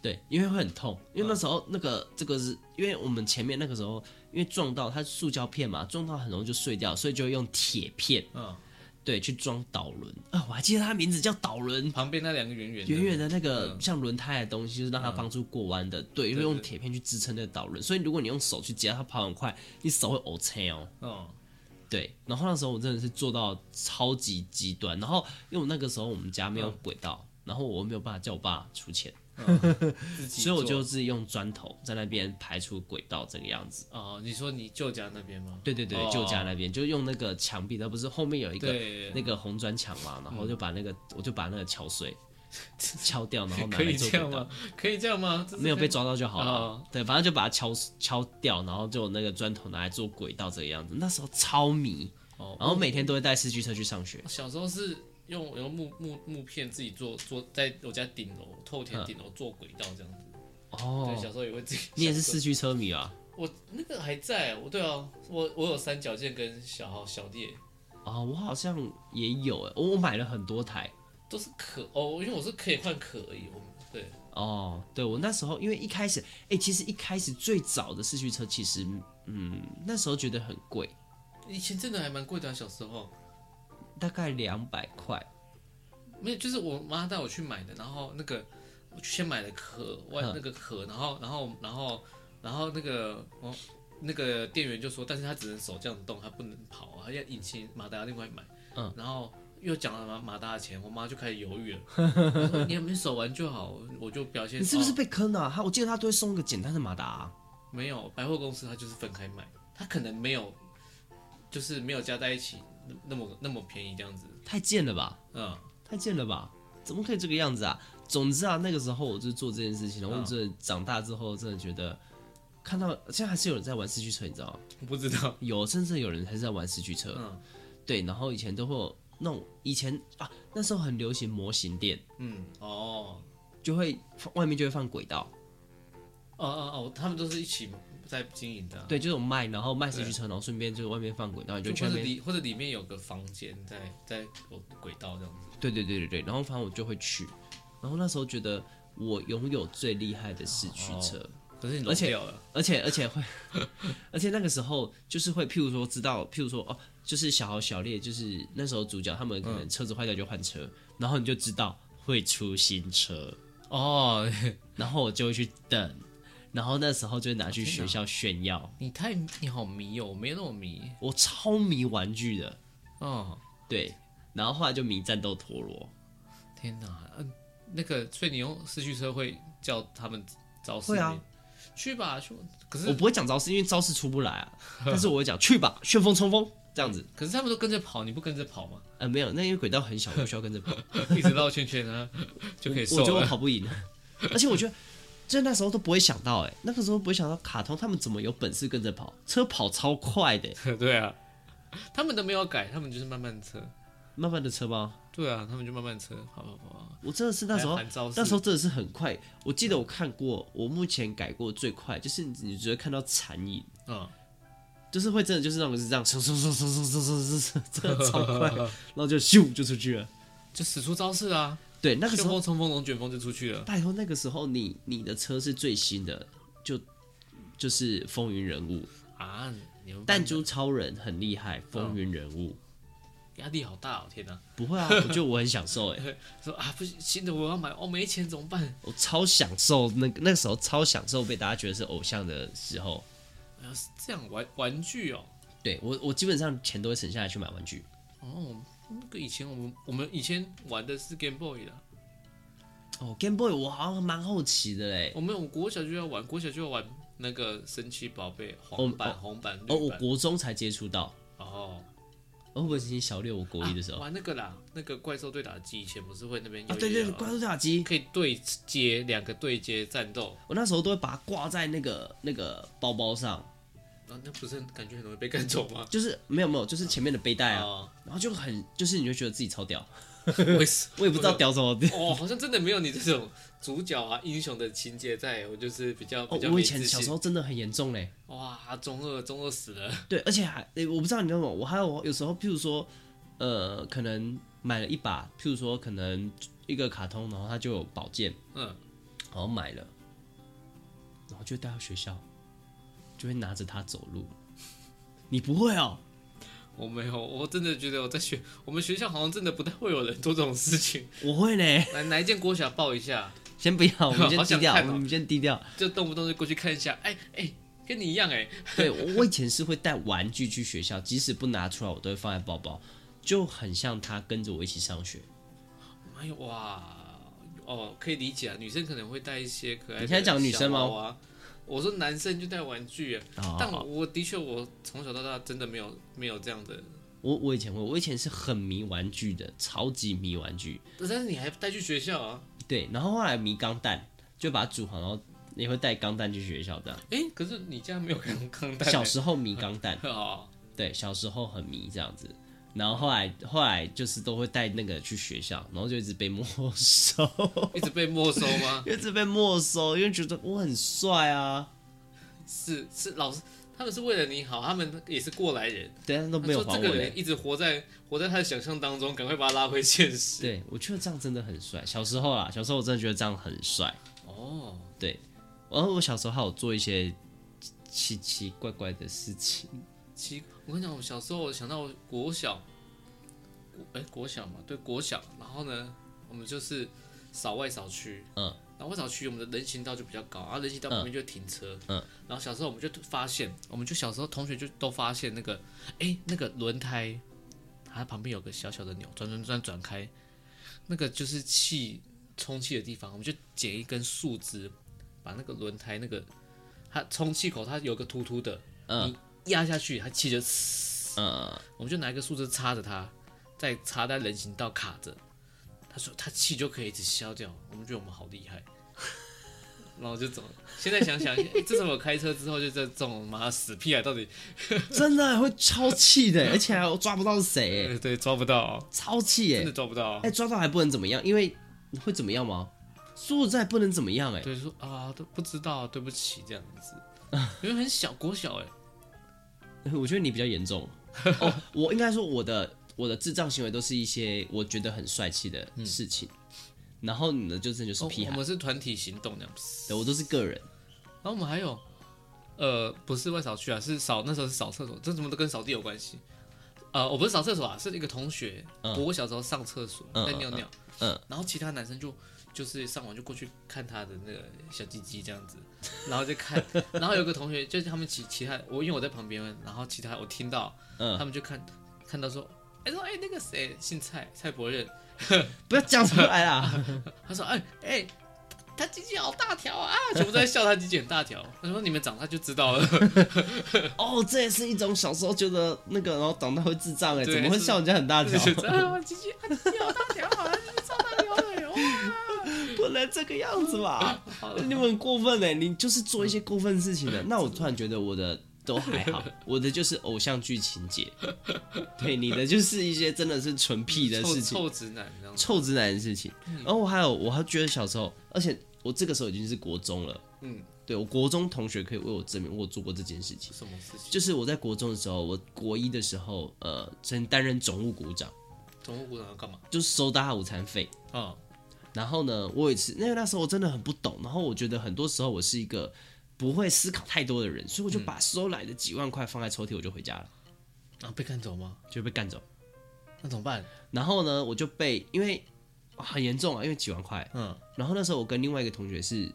[SPEAKER 2] 对，因为会很痛，因为那时候那个这个是因为我们前面那个时候因为撞到它是塑胶片嘛，撞到很容易就碎掉，所以就用铁片。
[SPEAKER 1] 嗯，
[SPEAKER 2] 对，去装导轮啊！我还记得它名字叫导轮，
[SPEAKER 1] 旁边那两个圆圆的
[SPEAKER 2] 远远的那
[SPEAKER 1] 嗯
[SPEAKER 2] 个像轮胎的东西，就是让它帮助过弯的。对，因为用铁片去支撑那个导轮，所以如果你用手去接它，跑很快，你手会凹车哦。
[SPEAKER 1] 哦，
[SPEAKER 2] 对，然后那时候我真的是做到超级极端，然后因为我那个时候我们家没
[SPEAKER 1] 嗯
[SPEAKER 2] 有轨道，然后我没有办法叫我爸出钱，
[SPEAKER 1] 自己
[SPEAKER 2] 所以我就
[SPEAKER 1] 做
[SPEAKER 2] 自己用砖头在那边排出轨道这个样子。
[SPEAKER 1] 哦，你说你舅家那边吗？
[SPEAKER 2] 对对对，
[SPEAKER 1] 哦
[SPEAKER 2] 旧家那边就用那个墙壁，它不是后面有一个
[SPEAKER 1] 对，嗯
[SPEAKER 2] 那个红砖墙嘛，然后就把那个、我就把那个敲碎，敲掉，然后拿
[SPEAKER 1] 可
[SPEAKER 2] 来
[SPEAKER 1] 以
[SPEAKER 2] 做
[SPEAKER 1] 这
[SPEAKER 2] 轨
[SPEAKER 1] 样
[SPEAKER 2] 道
[SPEAKER 1] 吗？？可以这样吗？这是
[SPEAKER 2] 没有被
[SPEAKER 1] 可以
[SPEAKER 2] 抓到就好了。
[SPEAKER 1] 哦
[SPEAKER 2] 对，反正就把它敲敲掉，然后就有那个砖头拿来做轨道这个样子。那时候超迷，
[SPEAKER 1] 哦
[SPEAKER 2] 然后每天都会带四驱车去上学。
[SPEAKER 1] 小时候是用用木木木片自己做做，在我家顶楼透天顶楼做轨道这样子。对，
[SPEAKER 2] 嗯哦，
[SPEAKER 1] 小时候也会自己。
[SPEAKER 2] 你也是四驱车迷啊？
[SPEAKER 1] 我那个还在，我对啊，我我有三角剑跟小号小烈，
[SPEAKER 2] 哦，我好像也有诶，我我买了很多台。
[SPEAKER 1] 都是壳哦，因为我是可以换壳而已。我们对
[SPEAKER 2] 哦，对我那时候因为一开始，哎、其实一开始最早的四驱车其实，嗯，那时候觉得很贵，
[SPEAKER 1] 以前真的还蛮贵的、啊，小时候
[SPEAKER 2] 大概两百块。
[SPEAKER 1] 没有，就是我妈带我去买的，然后那个我先买了壳外
[SPEAKER 2] 嗯
[SPEAKER 1] 那个壳，然后然后然后然后那个我那个店员就说，但是他只能手这样动，他不能跑啊，要引擎马达要另外买。
[SPEAKER 2] 嗯，
[SPEAKER 1] 然后。又讲了马马达的钱，我妈就开始犹
[SPEAKER 2] *laughs*
[SPEAKER 1] 豫了。她说你还没手玩就好，我就表现。
[SPEAKER 2] 你是不是
[SPEAKER 1] 哦
[SPEAKER 2] 被坑了、啊他我记得他都会送一个简单的马达啊、
[SPEAKER 1] 没有，百货公司它就是分开卖，它可能没有，就是没有加在一起那那么那么便宜这样子。
[SPEAKER 2] 太贱了吧！
[SPEAKER 1] 嗯，
[SPEAKER 2] 太贱了吧？怎么可以这个样子啊？总之啊，那个时候我就做这件事情，然
[SPEAKER 1] 嗯
[SPEAKER 2] 后我真的长大之后，真的觉得看到现在还是有人在玩四驱车，你知道吗？
[SPEAKER 1] 我不知道。
[SPEAKER 2] 有，甚至有人还是在玩四驱车。
[SPEAKER 1] 嗯
[SPEAKER 2] 对，然后以前都会有那种以前啊，那时候很流行模型店，
[SPEAKER 1] 嗯，哦，
[SPEAKER 2] 就会外面就会放轨道，
[SPEAKER 1] 嗯哦哦哦，他们都是一起在经营的啊、
[SPEAKER 2] 对，就有卖，然后卖四驱车，然后顺便就外面放轨道，你就
[SPEAKER 1] 就
[SPEAKER 2] 去
[SPEAKER 1] 或者
[SPEAKER 2] 那边。
[SPEAKER 1] 里或者里面有个房间在在有轨道这样子。
[SPEAKER 2] 对对对对对，然后反正我就会去，然后那时候觉得我拥有最厉害的四驱车。
[SPEAKER 1] 可是你
[SPEAKER 2] 而且
[SPEAKER 1] 有了， *laughs*
[SPEAKER 2] 而且而且会， *laughs* 而且那个时候就是会，譬如说知道，譬如说哦，就是小豪小烈，就是那时候主角他们可
[SPEAKER 1] 嗯
[SPEAKER 2] 能车子坏掉就换车，然后你就知道会出新车，
[SPEAKER 1] 哦， *laughs*
[SPEAKER 2] 然后我就会去等，然后那时候就会拿
[SPEAKER 1] 哦
[SPEAKER 2] 去学校炫耀，
[SPEAKER 1] 你太你好迷哦，我没有那么迷
[SPEAKER 2] 我超迷玩具的，
[SPEAKER 1] 哦。
[SPEAKER 2] 对，然后后来就迷战斗陀螺，
[SPEAKER 1] 天哪，嗯、那个，所以你用四驱车会叫他们找
[SPEAKER 2] 会啊
[SPEAKER 1] 去吧，去。可是
[SPEAKER 2] 我不会讲招式，因为招式出不
[SPEAKER 1] *laughs*
[SPEAKER 2] 来啊，但是我会讲去吧，旋风冲锋这样子，
[SPEAKER 1] 可是他们都跟着跑，你不跟着跑 *laughs* 吗？
[SPEAKER 2] 呃，没有，那因为轨道很小，我不需要跟着跑。
[SPEAKER 1] 一直绕圈圈啊，就可以 *laughs* 瘦
[SPEAKER 2] 我觉得
[SPEAKER 1] *laughs*
[SPEAKER 2] 我
[SPEAKER 1] 了。
[SPEAKER 2] 跑不赢，而且我觉得就那时候都不会想到、欸，哎，那个时候不会想到卡通他们怎么有本事跟着跑，车跑超快的、欸
[SPEAKER 1] *laughs* 对啊，他们都没有改，他们就是慢慢车。
[SPEAKER 2] 慢慢的车吗？
[SPEAKER 1] 对啊，他们就慢慢车，好好好。
[SPEAKER 2] 我真的是那时候
[SPEAKER 1] 还有喊招式
[SPEAKER 2] 那时候真的是很快，我记得我看过，我目前改过最快就是你你只会看到残影，
[SPEAKER 1] 嗯，
[SPEAKER 2] 就是会真的就是那种是这样，嗖嗖嗖嗖嗖嗖嗖嗖
[SPEAKER 1] *laughs*
[SPEAKER 2] 嗖，真的超快，然后就咻就出去了。
[SPEAKER 1] 就使出招式啊，
[SPEAKER 2] 对，那个时
[SPEAKER 1] 旋
[SPEAKER 2] 候
[SPEAKER 1] 风冲锋龙卷风就出去了。
[SPEAKER 2] 拜托，那个时候你你的车是最新的，就就是风云人物，
[SPEAKER 1] 啊，你们
[SPEAKER 2] 弹珠超人很厉害，风云人 *laughs* 物。
[SPEAKER 1] 压力好大哦，天哪！
[SPEAKER 2] 不会啊，我觉得我很享受哎、 *laughs*
[SPEAKER 1] 说啊，不行，新的我要买，哦，没钱怎么办？
[SPEAKER 2] 我超享受那个那个时候超享受被大家觉得是偶像的时候。
[SPEAKER 1] 啊，是这样玩玩具哦，
[SPEAKER 2] 对我，我基本上钱都会省下来去买玩具。
[SPEAKER 1] 哦，那个以前我们我们以前玩的是 Game Boy 的，
[SPEAKER 2] 哦，Game Boy 我好像蛮好奇的嘞。
[SPEAKER 1] 我们我国小就要玩，国小就要玩那个神奇宝贝
[SPEAKER 2] 哦
[SPEAKER 1] 黄版、
[SPEAKER 2] 哦
[SPEAKER 1] 红版、
[SPEAKER 2] 哦，
[SPEAKER 1] 绿
[SPEAKER 2] 我
[SPEAKER 1] 版，
[SPEAKER 2] 国中才接触到，
[SPEAKER 1] 哦，
[SPEAKER 2] 哦，会不会是你小六我国一的时候啊？
[SPEAKER 1] 玩那个啦，那个怪兽对打机，以前不是会那边有
[SPEAKER 2] 对对，
[SPEAKER 1] 有
[SPEAKER 2] 对怪兽打机，
[SPEAKER 1] 可以对接两个对接战斗，
[SPEAKER 2] 我那时候都会把它挂在那个那个包包上，
[SPEAKER 1] 啊，那不是感觉很容易被干走吗？
[SPEAKER 2] 就是没有没有，就是前面的背带啊，
[SPEAKER 1] 啊，
[SPEAKER 2] 然后就很就是你就觉得自己超屌，
[SPEAKER 1] 我也是，
[SPEAKER 2] 我也不知道屌什 *laughs* 么。
[SPEAKER 1] *laughs* 哦，好像真的没有你这种主角啊英雄的情节在，我就是比较
[SPEAKER 2] 哦
[SPEAKER 1] 比较，
[SPEAKER 2] 我
[SPEAKER 1] 没
[SPEAKER 2] 以前
[SPEAKER 1] 自
[SPEAKER 2] 小时
[SPEAKER 1] 信。
[SPEAKER 2] 候真的很严重嘞，
[SPEAKER 1] 哇，中二中二死了，
[SPEAKER 2] 对，而且还、诶我不知道你知道吗？我还有有时候，譬如说，呃，可能买了一把，譬如说可能一个卡通，然后它就有宝剑，
[SPEAKER 1] 嗯，
[SPEAKER 2] 然后买了，然后就带到学校，就会拿着它走路。你不会哦？
[SPEAKER 1] 我没有，我真的觉得我在学我们学校好像真的不太会有人做这种事情。 *laughs*
[SPEAKER 2] 我会呢。 *laughs*
[SPEAKER 1] 来，哪一件国小报一下，
[SPEAKER 2] 先不要，我们先
[SPEAKER 1] 好
[SPEAKER 2] 低
[SPEAKER 1] 想
[SPEAKER 2] 调，
[SPEAKER 1] 看哦
[SPEAKER 2] 我们先低调。
[SPEAKER 1] 就动不动就过去看一下。哎哎，跟你一样哎，
[SPEAKER 2] 对我，我以前是会带玩具去学校，即使不拿出来，我都会放在包包，就很像他跟着我一起上学。
[SPEAKER 1] 哎呦哇，哦，可以理解啊，女生可能会带一些可爱的。啊
[SPEAKER 2] 你现在讲女生吗？
[SPEAKER 1] 我说男生就带玩具啊，
[SPEAKER 2] 哦
[SPEAKER 1] 但我的确我从小到大真的没有没有这样的。
[SPEAKER 2] 我我以前会，我以前是很迷玩具的，超级迷玩具。
[SPEAKER 1] 但是你还带去学校啊？
[SPEAKER 2] 对，然后后来迷钢弹，就把它煮好，然后也会带钢弹去学校的。
[SPEAKER 1] 哎、可是你家没有钢钢弹欸、
[SPEAKER 2] 小时候迷钢弹，
[SPEAKER 1] 哦，
[SPEAKER 2] 对，小时候很迷这样子。然后后来后来就是都会带那个去学校，然后就一直被没收， *laughs*
[SPEAKER 1] 一直被没收吗？
[SPEAKER 2] 一直被没收，因为觉得我很帅啊。
[SPEAKER 1] 是是，老师他们是为了你好，他们也是过来人。
[SPEAKER 2] 对，但都
[SPEAKER 1] 他
[SPEAKER 2] 没有
[SPEAKER 1] 说
[SPEAKER 2] 还
[SPEAKER 1] 这
[SPEAKER 2] 我
[SPEAKER 1] 个
[SPEAKER 2] 嘞
[SPEAKER 1] 人。一直活在活在他的想象当中，赶快把他拉回现实。
[SPEAKER 2] 对，我觉得这样真的很帅。小时候啦，啊小时候我真的觉得这样很帅。
[SPEAKER 1] 哦，
[SPEAKER 2] 对，然后我小时候还有做一些奇奇怪怪的事情。
[SPEAKER 1] 其我跟你讲，我小时候我想到我国小，哎、国小嘛，对国小，然后呢，我们就是扫外扫区，
[SPEAKER 2] 嗯，
[SPEAKER 1] 然后外扫区我们的人行道就比较高，然后人行道旁边就停车，
[SPEAKER 2] 嗯，
[SPEAKER 1] 然后小时候我们就发现，我们就小时候同学就都发现那个，哎、那个轮胎，它旁边有个小小的钮，转转转转开，那个就是气充气的地方，我们就剪一根树枝，把那个轮胎那个它充气口它有个凸凸的，
[SPEAKER 2] 嗯
[SPEAKER 1] 你压下去它气就嘶，
[SPEAKER 2] 呃，
[SPEAKER 1] 我们就拿一个树枝插着它，再插在人行道卡着，他说他气就可以一直消掉，我们觉得我们好厉害， *laughs* 然后就走了。现在想哎想，诶自从我开车之后就这种妈死屁啊，到底
[SPEAKER 2] 真的会超气的，而且还我抓不到是谁，哎
[SPEAKER 1] 对对抓不
[SPEAKER 2] *laughs*
[SPEAKER 1] 到，哦
[SPEAKER 2] 超气
[SPEAKER 1] 真的
[SPEAKER 2] 耶！
[SPEAKER 1] 抓不到哦
[SPEAKER 2] 哎，。抓到还不能怎么样，因为会怎么样吗？说实在不能怎么样，哎， *laughs*
[SPEAKER 1] 对，说啊都不知道，对不起这样子，因为很小国小哎，
[SPEAKER 2] 我觉得你比较
[SPEAKER 1] *laughs*
[SPEAKER 2] 严重。哦，我应该说我的我的智障行为都是一些我觉得很帅气的事情，然后你的就真的就
[SPEAKER 1] 嗯
[SPEAKER 2] 是
[SPEAKER 1] 哦
[SPEAKER 2] 屁
[SPEAKER 1] 我
[SPEAKER 2] 孩，
[SPEAKER 1] 们是团体行动那样子。
[SPEAKER 2] 对我都是个人。
[SPEAKER 1] 然后我们还有，呃，不是外扫区啊，是扫那时候是扫厕所，这怎么都跟扫地有关系。呃，我不是扫厕所啊，是一个同学，我小时候上厕所
[SPEAKER 2] 嗯
[SPEAKER 1] 在尿尿，
[SPEAKER 2] 嗯嗯
[SPEAKER 1] 然后其他男生就就是上网就过去看他的那个小鸡鸡这样子，然后就
[SPEAKER 2] *laughs*
[SPEAKER 1] 看，然后有个同学就是他们其其他我因为我在旁边，然后其他我听到，
[SPEAKER 2] 嗯
[SPEAKER 1] 他们就看看到说，哎、说哎、那个谁姓蔡蔡伯任，
[SPEAKER 2] 不要讲出来
[SPEAKER 1] *laughs*
[SPEAKER 2] 啊啦！
[SPEAKER 1] 他说：“哎、哎、他鸡鸡好大条啊！”全部都在笑他鸡鸡很大条。 *laughs* 他说：“你们长大就知道了。
[SPEAKER 2] 哦，这也是一种小时候觉得那个，然后长大会智障哎，
[SPEAKER 1] 对
[SPEAKER 2] 怎么会笑人家很大条？
[SPEAKER 1] 就是这样”啊，鸡鸡啊，鸡鸡好大条啊，鸡鸡超大条的，哇！
[SPEAKER 2] 不能能这个样
[SPEAKER 1] *laughs*
[SPEAKER 2] 子吧？你们很过分哎、你就是做一些过分的事情的。那我突然觉得我的都还好， *laughs* 我的就是偶像剧情节，对你的就是一些真的是纯屁的
[SPEAKER 1] 臭
[SPEAKER 2] 事情，
[SPEAKER 1] 臭嗯直男这样子，
[SPEAKER 2] 臭直男的事情。然后我还有，我还觉得小时候，而且我这个时候已经是国中了，
[SPEAKER 1] 嗯，
[SPEAKER 2] 对我国中同学可以为我证明我有做过这件事情。
[SPEAKER 1] 什么事情？
[SPEAKER 2] 就是我在国中的时候，我国一的时候，呃，曾担任总务股长，
[SPEAKER 1] 宠物鼓掌要干嘛？
[SPEAKER 2] 就是收大家午餐费。
[SPEAKER 1] 啊，
[SPEAKER 2] 然后呢，我有一次，因为那时候我真的很不懂，然后我觉得很多时候我是一个不会思考太多的人，所以我就把收来的几万块放在抽屉，我就回家了，
[SPEAKER 1] 然啊后被干走吗？
[SPEAKER 2] 就被干走。
[SPEAKER 1] 那怎么办？
[SPEAKER 2] 然后呢，我就被因为很严重啊，因为几万块。
[SPEAKER 1] 嗯，
[SPEAKER 2] 然后那时候我跟另外一个同学是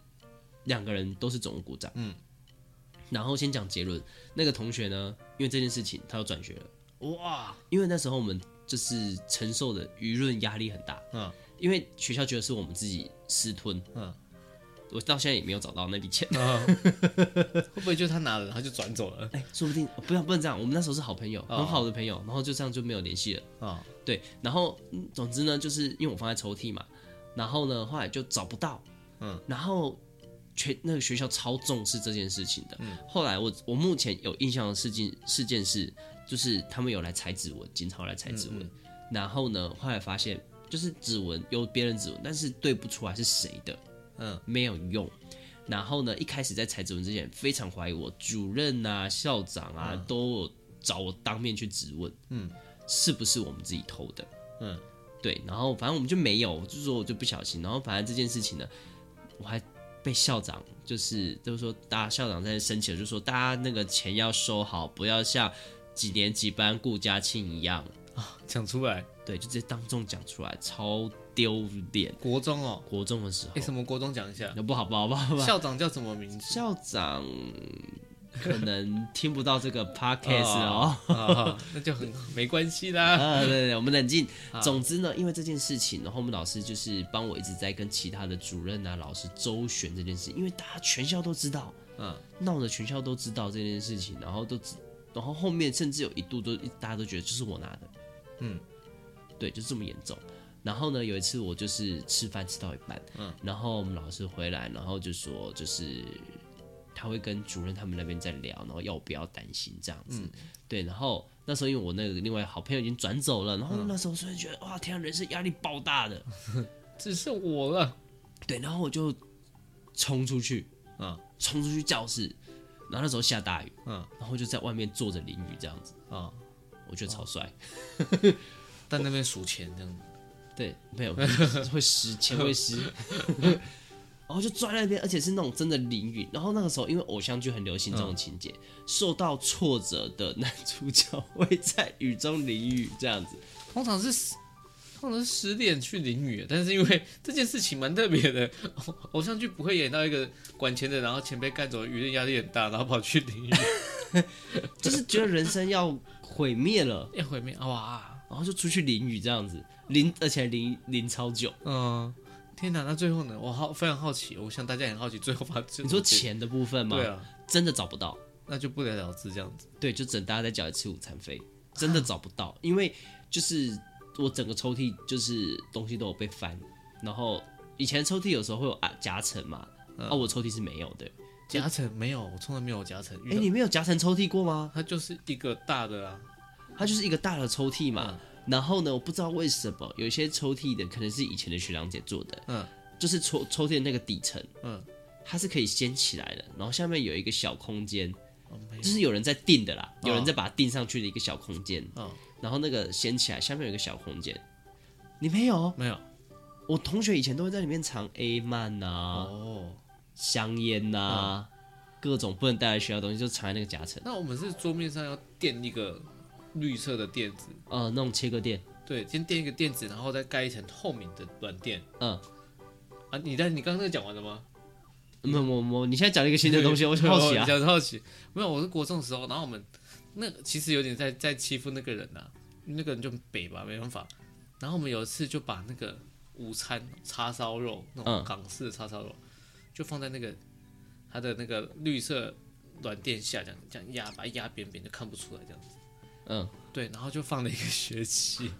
[SPEAKER 2] 两个人都是总务股长，嗯。然后先讲结论，那个同学呢，因为这件事情他要转学了。
[SPEAKER 1] 哇，
[SPEAKER 2] 因为那时候我们就是承受的舆论压力很大，
[SPEAKER 1] 嗯，
[SPEAKER 2] 因为学校觉得是我们自己私吞，
[SPEAKER 1] 嗯，
[SPEAKER 2] 我到现在也没有找到那笔钱，
[SPEAKER 1] 会不会就是他拿了，然后就转走了？
[SPEAKER 2] 哎、说不定哦不要不能这样，我们那时候是好朋友，
[SPEAKER 1] 哦
[SPEAKER 2] 很好的朋友，然后就这样就没有联系了，
[SPEAKER 1] 啊，
[SPEAKER 2] 对，然后嗯总之呢，就是因为我放在抽屉嘛，然后呢，后来就找不到，
[SPEAKER 1] 嗯，
[SPEAKER 2] 然后。全那个学校超重视这件事情的。
[SPEAKER 1] 嗯
[SPEAKER 2] 后来我我目前有印象的事件事件是，就是他们有来采指纹，警察有来采
[SPEAKER 1] 嗯
[SPEAKER 2] 指纹，然后呢，后来发现就是指纹有别人指纹，但是对不出来是谁的，
[SPEAKER 1] 嗯，
[SPEAKER 2] 没有用。然后呢，一开始在采指纹之前，非常怀疑我主任啊、校长啊、
[SPEAKER 1] 嗯
[SPEAKER 2] 都有找我当面去质问，嗯，是不是我们自己偷的？
[SPEAKER 1] 嗯，
[SPEAKER 2] 对。然后反正我们就没有，就说我就不小心。然后反正这件事情呢，我还被校长就是就是说，大家校长在生气了，就说大家那个钱要收好，不要像几年级班顾家庆一样，
[SPEAKER 1] 讲出来，
[SPEAKER 2] 对，就直接当众讲出来，超丢脸。
[SPEAKER 1] 国中哦，
[SPEAKER 2] 国中的时候
[SPEAKER 1] 哎，，什么国中讲一下？
[SPEAKER 2] 那不好不好不好不好。
[SPEAKER 1] 校长叫什么名
[SPEAKER 2] *laughs*
[SPEAKER 1] 字？
[SPEAKER 2] 校长可能听不到这个 podcast 哦。
[SPEAKER 1] 啊，那就很没关系啦。
[SPEAKER 2] 啊，对对对，我们冷静。总之呢，因为这件事情，然后我们老师就是帮我一直在跟其他的主任啊、老师周旋这件事，因为大家全校都知道，
[SPEAKER 1] 嗯，
[SPEAKER 2] 闹得全校都知道这件事情，然后都知，然后后面甚至有一度都大家都觉得就是我拿的，
[SPEAKER 1] 嗯，
[SPEAKER 2] 对，就这么严重。然后呢，有一次我就是吃饭吃到一半，嗯，然后我们老师回来，然后就说就是他会跟主任他们那边在聊，然后要我不要担心这样子，对。然后那时候因为我那个另外好朋友已经转走了，然后那时候突然觉得哇，天啊，人生压力爆大的，
[SPEAKER 1] 只剩我了。
[SPEAKER 2] 对。然后我就冲出去，啊
[SPEAKER 1] 嗯
[SPEAKER 2] 冲出去教室，然后那时候下大雨，
[SPEAKER 1] 嗯
[SPEAKER 2] 然后就在外面坐着淋雨这样子，
[SPEAKER 1] 啊，
[SPEAKER 2] 我觉得超帅。
[SPEAKER 1] 但那边数钱这样子。
[SPEAKER 2] 对，没有会湿，钱会湿。然后就坐在那边，而且是那种真的淋雨。然后那个时候，因为偶像剧很流行这种情节，受到挫折的男主角 *laughs* 会在雨中淋雨这样子。
[SPEAKER 1] 通常是通常是十点去淋雨，但是因为这件事情蛮特别的， *laughs* 偶偶像剧不会演到一个管钱的，然后钱被干走，舆论压力很大，然后跑去淋雨，
[SPEAKER 2] 就是觉得人生要毁灭了，
[SPEAKER 1] 要毁灭哇！
[SPEAKER 2] 然后就出去淋雨这样子，淋而且淋淋超久。
[SPEAKER 1] 嗯，天哪！那最后呢？我好非常好奇，我想大家也很好奇，最后发生
[SPEAKER 2] 你说钱的部分吗？
[SPEAKER 1] 对啊，
[SPEAKER 2] 真的找不到。
[SPEAKER 1] 那就不了了之这样子。
[SPEAKER 2] 对，就整大家再缴一次午餐费，真的找不到，因为就是我整个抽屉就是东西都有被翻，然后以前抽屉有时候会有啊夹层嘛，啊我抽屉是没有的，
[SPEAKER 1] 夹层没有，我从来没有夹层遇
[SPEAKER 2] 哎、
[SPEAKER 1] 到，
[SPEAKER 2] 你没有夹层抽屉过吗？
[SPEAKER 1] 它就是一个大的啊，
[SPEAKER 2] 它就是一个大的抽屉嘛，然后呢，我不知道为什么有一些抽屉的可能是以前的学长姐做的，
[SPEAKER 1] 嗯，
[SPEAKER 2] 就是抽抽屉的那个底层，
[SPEAKER 1] 嗯，
[SPEAKER 2] 它是可以掀起来的，然后下面有一个小空间，
[SPEAKER 1] 哦没有
[SPEAKER 2] 就是有人在定的啦，
[SPEAKER 1] 哦
[SPEAKER 2] 有人在把它定上去的一个小空间，
[SPEAKER 1] 哦
[SPEAKER 2] 然后那个掀起来，下面有一个小空间，你没有？
[SPEAKER 1] 没有
[SPEAKER 2] 我同学以前都会在里面藏 A 漫呐、
[SPEAKER 1] 哦。
[SPEAKER 2] 香烟呐、各种不能带来学校的东西，就藏在那个夹层，
[SPEAKER 1] 那我们是桌面上要垫一个绿色的垫子，
[SPEAKER 2] 呃，那种切割店，
[SPEAKER 1] 对，先垫一个垫子，然后再盖一层透明的软垫
[SPEAKER 2] 嗯、
[SPEAKER 1] 啊。你在你刚刚那个讲完了吗？
[SPEAKER 2] 没我我你现在讲了一个新的东西，我很好奇
[SPEAKER 1] 哦
[SPEAKER 2] 啊
[SPEAKER 1] 你，讲得好奇。没有，我是国中的时候，然后我们那个其实有点在在欺负那个人呐、那个人就很北吧，没办法。然后我们有一次就把那个午餐叉烧肉那种
[SPEAKER 2] 嗯
[SPEAKER 1] 港式的叉烧肉，就放在那个它的那个绿色软垫下，这样这样压，把它压扁扁就看不出来这样子。
[SPEAKER 2] 嗯，
[SPEAKER 1] *laughs* 对，然后就放了一个学期。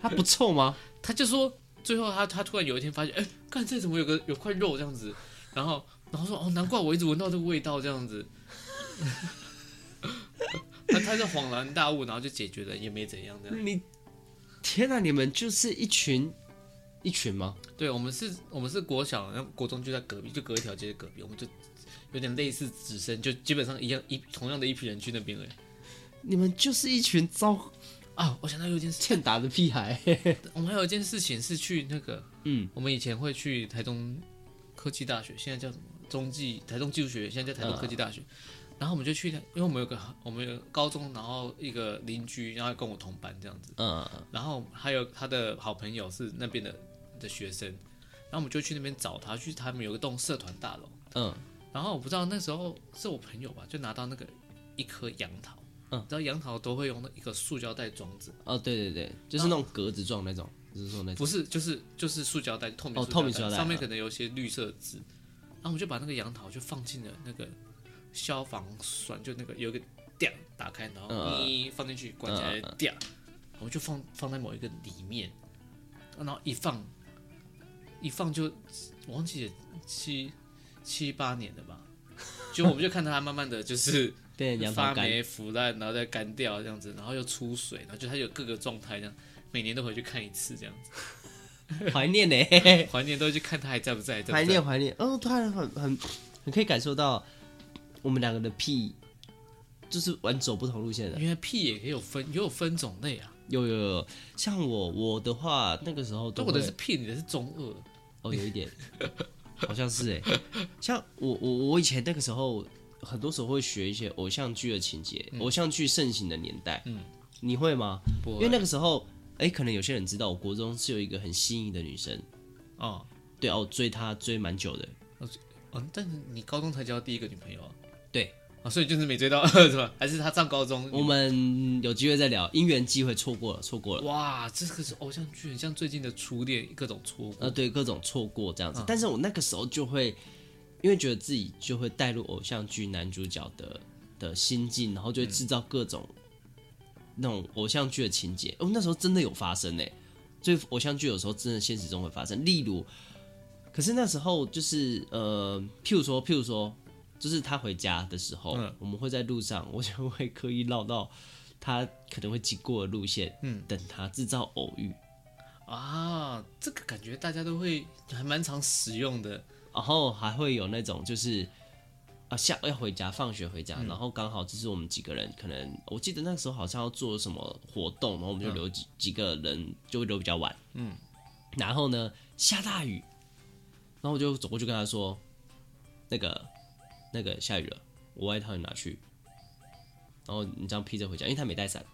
[SPEAKER 2] 它不臭吗？
[SPEAKER 1] 他就说最后他他突然有一天发现，哎、看这怎么有个有块肉这样子，然后然后说哦，难怪我一直闻到这个味道这样子。 *laughs* 他他是恍然大悟，然后就解决了，也没怎样这样。
[SPEAKER 2] 你天哪、你们就是一群一群吗？
[SPEAKER 1] 对，我们是，我们是国小，然后国中就在隔壁，就隔一条街的隔壁，我们就有点类似直升，就基本上一样一同样的一批人去那边而已。
[SPEAKER 2] 你们就是一群遭
[SPEAKER 1] 啊，我想到有一件事，
[SPEAKER 2] 欠打的屁孩。
[SPEAKER 1] *laughs* 我们还有一件事情是去那个，
[SPEAKER 2] 嗯，
[SPEAKER 1] 我们以前会去台中科技大学，现在叫什么？中技台中技术学院，现在叫台中科技大学。然后我们就去，因为我们有个我们有个高中，然后一个邻居，然后跟我同班这样子。
[SPEAKER 2] 嗯，
[SPEAKER 1] 然后还有他的好朋友是那边的的学生，然后我们就去那边找他，去他们有一栋社团大楼，
[SPEAKER 2] 嗯，
[SPEAKER 1] 然后我不知道那时候是我朋友吧，就拿到那个一颗杨桃，
[SPEAKER 2] 嗯，
[SPEAKER 1] 知道杨桃都会用那一个塑胶袋装着，
[SPEAKER 2] 哦，对对对，就是那种格子状那种，就是说那种。
[SPEAKER 1] 不是就是就是塑胶袋，透明
[SPEAKER 2] 哦
[SPEAKER 1] 塑
[SPEAKER 2] 透明
[SPEAKER 1] 胶
[SPEAKER 2] 塑胶袋
[SPEAKER 1] 上面
[SPEAKER 2] 嗯
[SPEAKER 1] 可能有一些绿色的字，然后我们就把那个杨桃就放进了那个消防栓，就那个有一个掉打开，然
[SPEAKER 2] 嗯
[SPEAKER 1] 后一放进去关起来掉，我们就放放在某一个里面，然后一放一放就我忘记了七七八年了吧，就我们就看到它慢慢的
[SPEAKER 2] *laughs*
[SPEAKER 1] 就是。
[SPEAKER 2] 变成杨桃
[SPEAKER 1] 发
[SPEAKER 2] 干，
[SPEAKER 1] 霉腐烂，然后再干掉这样子，然后又出水，然后就它有各个状态这样，每年都回去看一次这样子，
[SPEAKER 2] 怀
[SPEAKER 1] *laughs*
[SPEAKER 2] 念呢、
[SPEAKER 1] 怀念都会去看它还在不在，在
[SPEAKER 2] 怀
[SPEAKER 1] 不在
[SPEAKER 2] 念怀念。哦，突然很很很可以感受到我们两个的屁，就是玩走不同路线的。
[SPEAKER 1] 原来屁也可以有分，也有分种类啊。
[SPEAKER 2] 有有有，像我我的话，那个时候都
[SPEAKER 1] 但我的
[SPEAKER 2] 会
[SPEAKER 1] 是屁，你的是中二。
[SPEAKER 2] 哦，有一点， *laughs* 好像是哎、像我我我以前那个时候，很多时候会学一些偶像剧的情节，偶像剧盛行的年代，嗯，你会吗？
[SPEAKER 1] 不
[SPEAKER 2] 因为那个时候，哎、可能有些人知道，我国中是有一个很心仪的女生，
[SPEAKER 1] 哦，
[SPEAKER 2] 对哦，我追她追蛮久的，
[SPEAKER 1] 哦，但是你高中才交第一个女朋友啊？
[SPEAKER 2] 对，
[SPEAKER 1] 啊，所以就是没追到 *laughs* 是吧？还是他上高中？
[SPEAKER 2] 我们有机会再聊，因缘机会错过了，错过了。
[SPEAKER 1] 哇，这个是偶像剧，很像最近的初恋，各种错过。
[SPEAKER 2] 呃，对，各种错过这样子。但是我那个时候就会，因为觉得自己就会带入偶像剧男主角的的心境，然后就会制造各种、那种偶像剧的情节。哦，那时候真的有发生呢，所以偶像剧有时候真的现实中会发生。例如，可是那时候就是呃，譬如说，譬如说，就是他回家的时候，我们会在路上，我就会刻意绕到。他可能会经过的路线，嗯，等他制造偶遇，
[SPEAKER 1] 啊，这个感觉大家都会还蛮常使用的。
[SPEAKER 2] 然后还会有那种就是啊下要回家，放学回家，然后刚好就是我们几个人，可能我记得那时候好像要做什么活动，然后我们就留几、几个人就会留比较晚，嗯，然后呢下大雨，然后我就走过去跟他说，那个那个下雨了，我外套你拿去，然后你这样披着回家，因为他没带伞，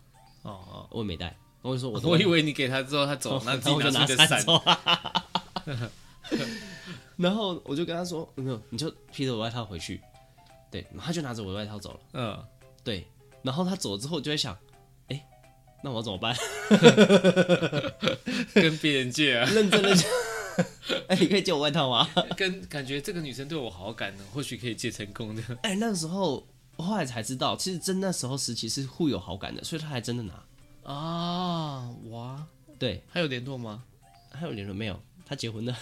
[SPEAKER 1] 哦哦，
[SPEAKER 2] 我也没带，然后我就说我的
[SPEAKER 1] 我
[SPEAKER 2] 外
[SPEAKER 1] 以为你给他之后，他
[SPEAKER 2] *laughs*
[SPEAKER 1] 走，那自己
[SPEAKER 2] 我就
[SPEAKER 1] 拿出你的
[SPEAKER 2] 伞
[SPEAKER 1] 伞。
[SPEAKER 2] 走啊。 *laughs* 然后我就跟他说：“没有，你就披着我外套回去。”对，然后他就拿着我的外套走了。
[SPEAKER 1] 嗯，
[SPEAKER 2] 对，然后他走了之后，我就在想：“哎、那我要怎么办 *laughs*
[SPEAKER 1] 跟别人借？”啊， *laughs*
[SPEAKER 2] 认真的就，哎、你可以借我外套吗？ *laughs*
[SPEAKER 1] 跟感觉这个女生对我好感呢，或许可以借成功的。
[SPEAKER 2] 哎、那个时候我后来才知道，其实真那时候时期是互有好感的，所以他还真的拿。
[SPEAKER 1] 啊，哇，
[SPEAKER 2] 对，
[SPEAKER 1] 还有联络吗？
[SPEAKER 2] 还有联络没有？他结婚了？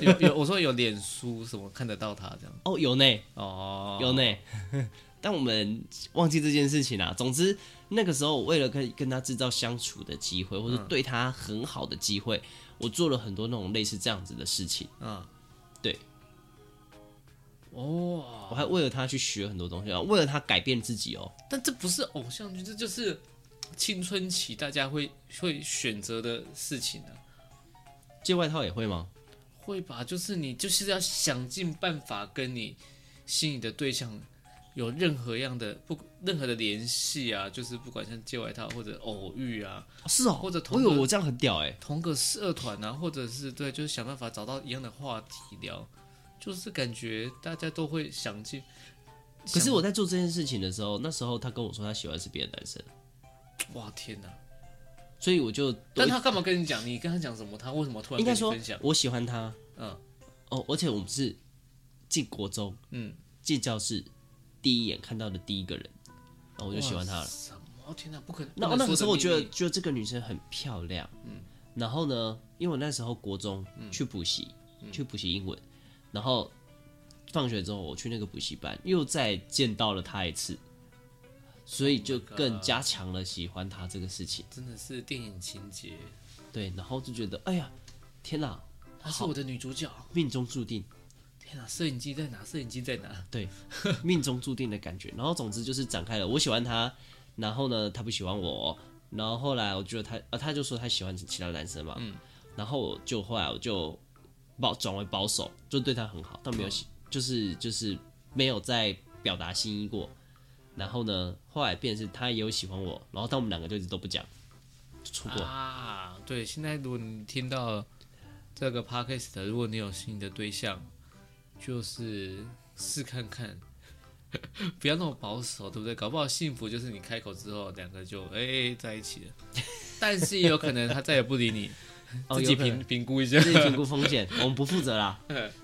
[SPEAKER 1] 有有，我说有脸书什么看得到他这样。
[SPEAKER 2] 哦，有呢。
[SPEAKER 1] 哦，
[SPEAKER 2] 有呢， *laughs* 但我们忘记这件事情啦、啊总之，那个时候为了跟跟他制造相处的机会，或者对他很好的机会，我做了很多那种类似这样子的事情。
[SPEAKER 1] 嗯，
[SPEAKER 2] 对，
[SPEAKER 1] 哦，
[SPEAKER 2] 我还为了他去学很多东西，啊，为了他改变自己哦。
[SPEAKER 1] 但这不是偶像剧，这就是青春期大家会会选择的事情啊。
[SPEAKER 2] 借外套也会吗？
[SPEAKER 1] 会吧？就是你就是要想尽办法跟你心仪的对象有任何样的不任何的联系啊，就是不管像借外套或者偶遇啊，
[SPEAKER 2] 是哦，
[SPEAKER 1] 或者同
[SPEAKER 2] 我
[SPEAKER 1] 个
[SPEAKER 2] 有我这样很屌哎、
[SPEAKER 1] 同个社团啊，或者是对，就是想办法找到一样的话题聊，就是感觉大家都会想尽。
[SPEAKER 2] 可是我在做这件事情的时候，那时候他跟我说他喜欢是别的男生，
[SPEAKER 1] 哇天哪！
[SPEAKER 2] 所以我就
[SPEAKER 1] 但他干嘛跟你讲？你跟他讲什么？他为什么突然
[SPEAKER 2] 应该
[SPEAKER 1] 跟你
[SPEAKER 2] 说
[SPEAKER 1] 分享？
[SPEAKER 2] 我喜欢他，
[SPEAKER 1] 嗯，
[SPEAKER 2] 哦，而且我们是进国中，
[SPEAKER 1] 嗯，
[SPEAKER 2] 进教室第一眼看到的第一个人，然后我就喜欢他了。
[SPEAKER 1] 哦什么？天哪，不可能！
[SPEAKER 2] 那
[SPEAKER 1] 不
[SPEAKER 2] 那
[SPEAKER 1] 能
[SPEAKER 2] 个时候我
[SPEAKER 1] 说
[SPEAKER 2] 觉
[SPEAKER 1] 的秘
[SPEAKER 2] 得，
[SPEAKER 1] 密
[SPEAKER 2] 就这个女生很漂亮，嗯，然后呢，因为我那时候国中
[SPEAKER 1] 嗯
[SPEAKER 2] 去补习，去补习英文，然后放学之后我去那个补习班，又再见到了他一次，所以就
[SPEAKER 1] Oh God
[SPEAKER 2] 更加强了喜欢他这个事情。
[SPEAKER 1] 真的是电影情节，
[SPEAKER 2] 对，然后就觉得，哎呀，天哪，
[SPEAKER 1] 她是我的女主角。
[SPEAKER 2] 命中注定。
[SPEAKER 1] 天哪，摄影机在哪？摄影机在哪？
[SPEAKER 2] 对，命中注定的感觉。然后总之就是展开了，我喜欢他，然后呢，他不喜欢我，然后后来我觉得他，呃，他就说他喜欢其他男生嘛，嗯，然后我就后来我就保转为保守，就对他很好，但没有喜，就是就是没有再表达心意过。然后呢，后来便是他也有喜欢我，然后但我们两个就一直都不讲，就错过。
[SPEAKER 1] 啊，对，现在如果你听到这个 podcast，如果你有新的对象，就是试看看， *laughs* 不要那么保守，对不对？搞不好幸福就是你开口之后，两个就哎、在一
[SPEAKER 2] *laughs*
[SPEAKER 1] 起了，但是也有可能他再也不理你，
[SPEAKER 2] 哦
[SPEAKER 1] 自己
[SPEAKER 2] 有可能
[SPEAKER 1] 评评估一下。
[SPEAKER 2] 自己评估风险，
[SPEAKER 1] *laughs*
[SPEAKER 2] 我们不负责啦。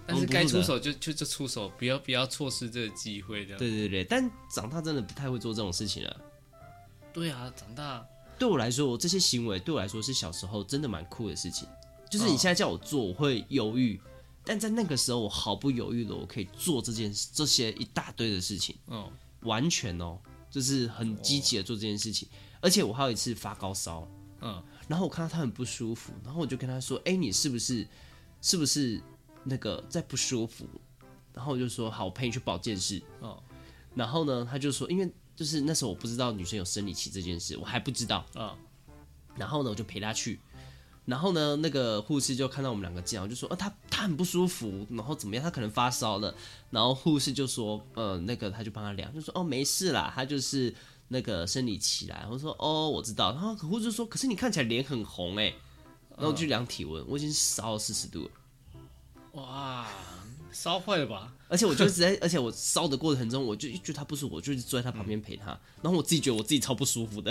[SPEAKER 1] 但是该出手就就就出手，不要不要错失这个机会，这样。
[SPEAKER 2] 对对对，但长大真的不太会做这种事情了。
[SPEAKER 1] 对啊，长大
[SPEAKER 2] 对我来说，我这些行为对我来说是小时候真的蛮酷的事情。就是你现在叫我做，我会犹豫，但在那个时候，我毫不犹豫的，我可以做这件事，这些一大堆的事情，
[SPEAKER 1] 嗯，
[SPEAKER 2] 完全哦，就是很积极的做这件事情。而且我还有一次发高烧，
[SPEAKER 1] 嗯，
[SPEAKER 2] 然后我看到他很不舒服，然后我就跟他说：“哎，你是不是是不是那个在不舒服？”然后我就说：“好，我陪你去保健室。”
[SPEAKER 1] 哦，
[SPEAKER 2] 然后呢，他就说：“因为就是那时候我不知道女生有生理期这件事，我还不知道。”
[SPEAKER 1] 啊、
[SPEAKER 2] 然后呢，我就陪他去。然后呢，那个护士就看到我们两个这样，就说：“呃，他他很不舒服，然后怎么样？他可能发烧了。”然后护士就说：“呃，那个他就帮他量，就说哦没事啦，他就是那个生理期啦。”然后说：“哦，我知道。”然后护士就说：“可是你看起来脸很红哎、然
[SPEAKER 1] 嗯
[SPEAKER 2] 后我就量体温，我已经烧了四十度了，
[SPEAKER 1] 哇，烧坏了吧？
[SPEAKER 2] 而且我就一直在，而且我烧的过程中，我就觉得他不舒服，我就一直坐在他旁边陪他。
[SPEAKER 1] 嗯
[SPEAKER 2] 然后我自己觉得我自己超不舒服的，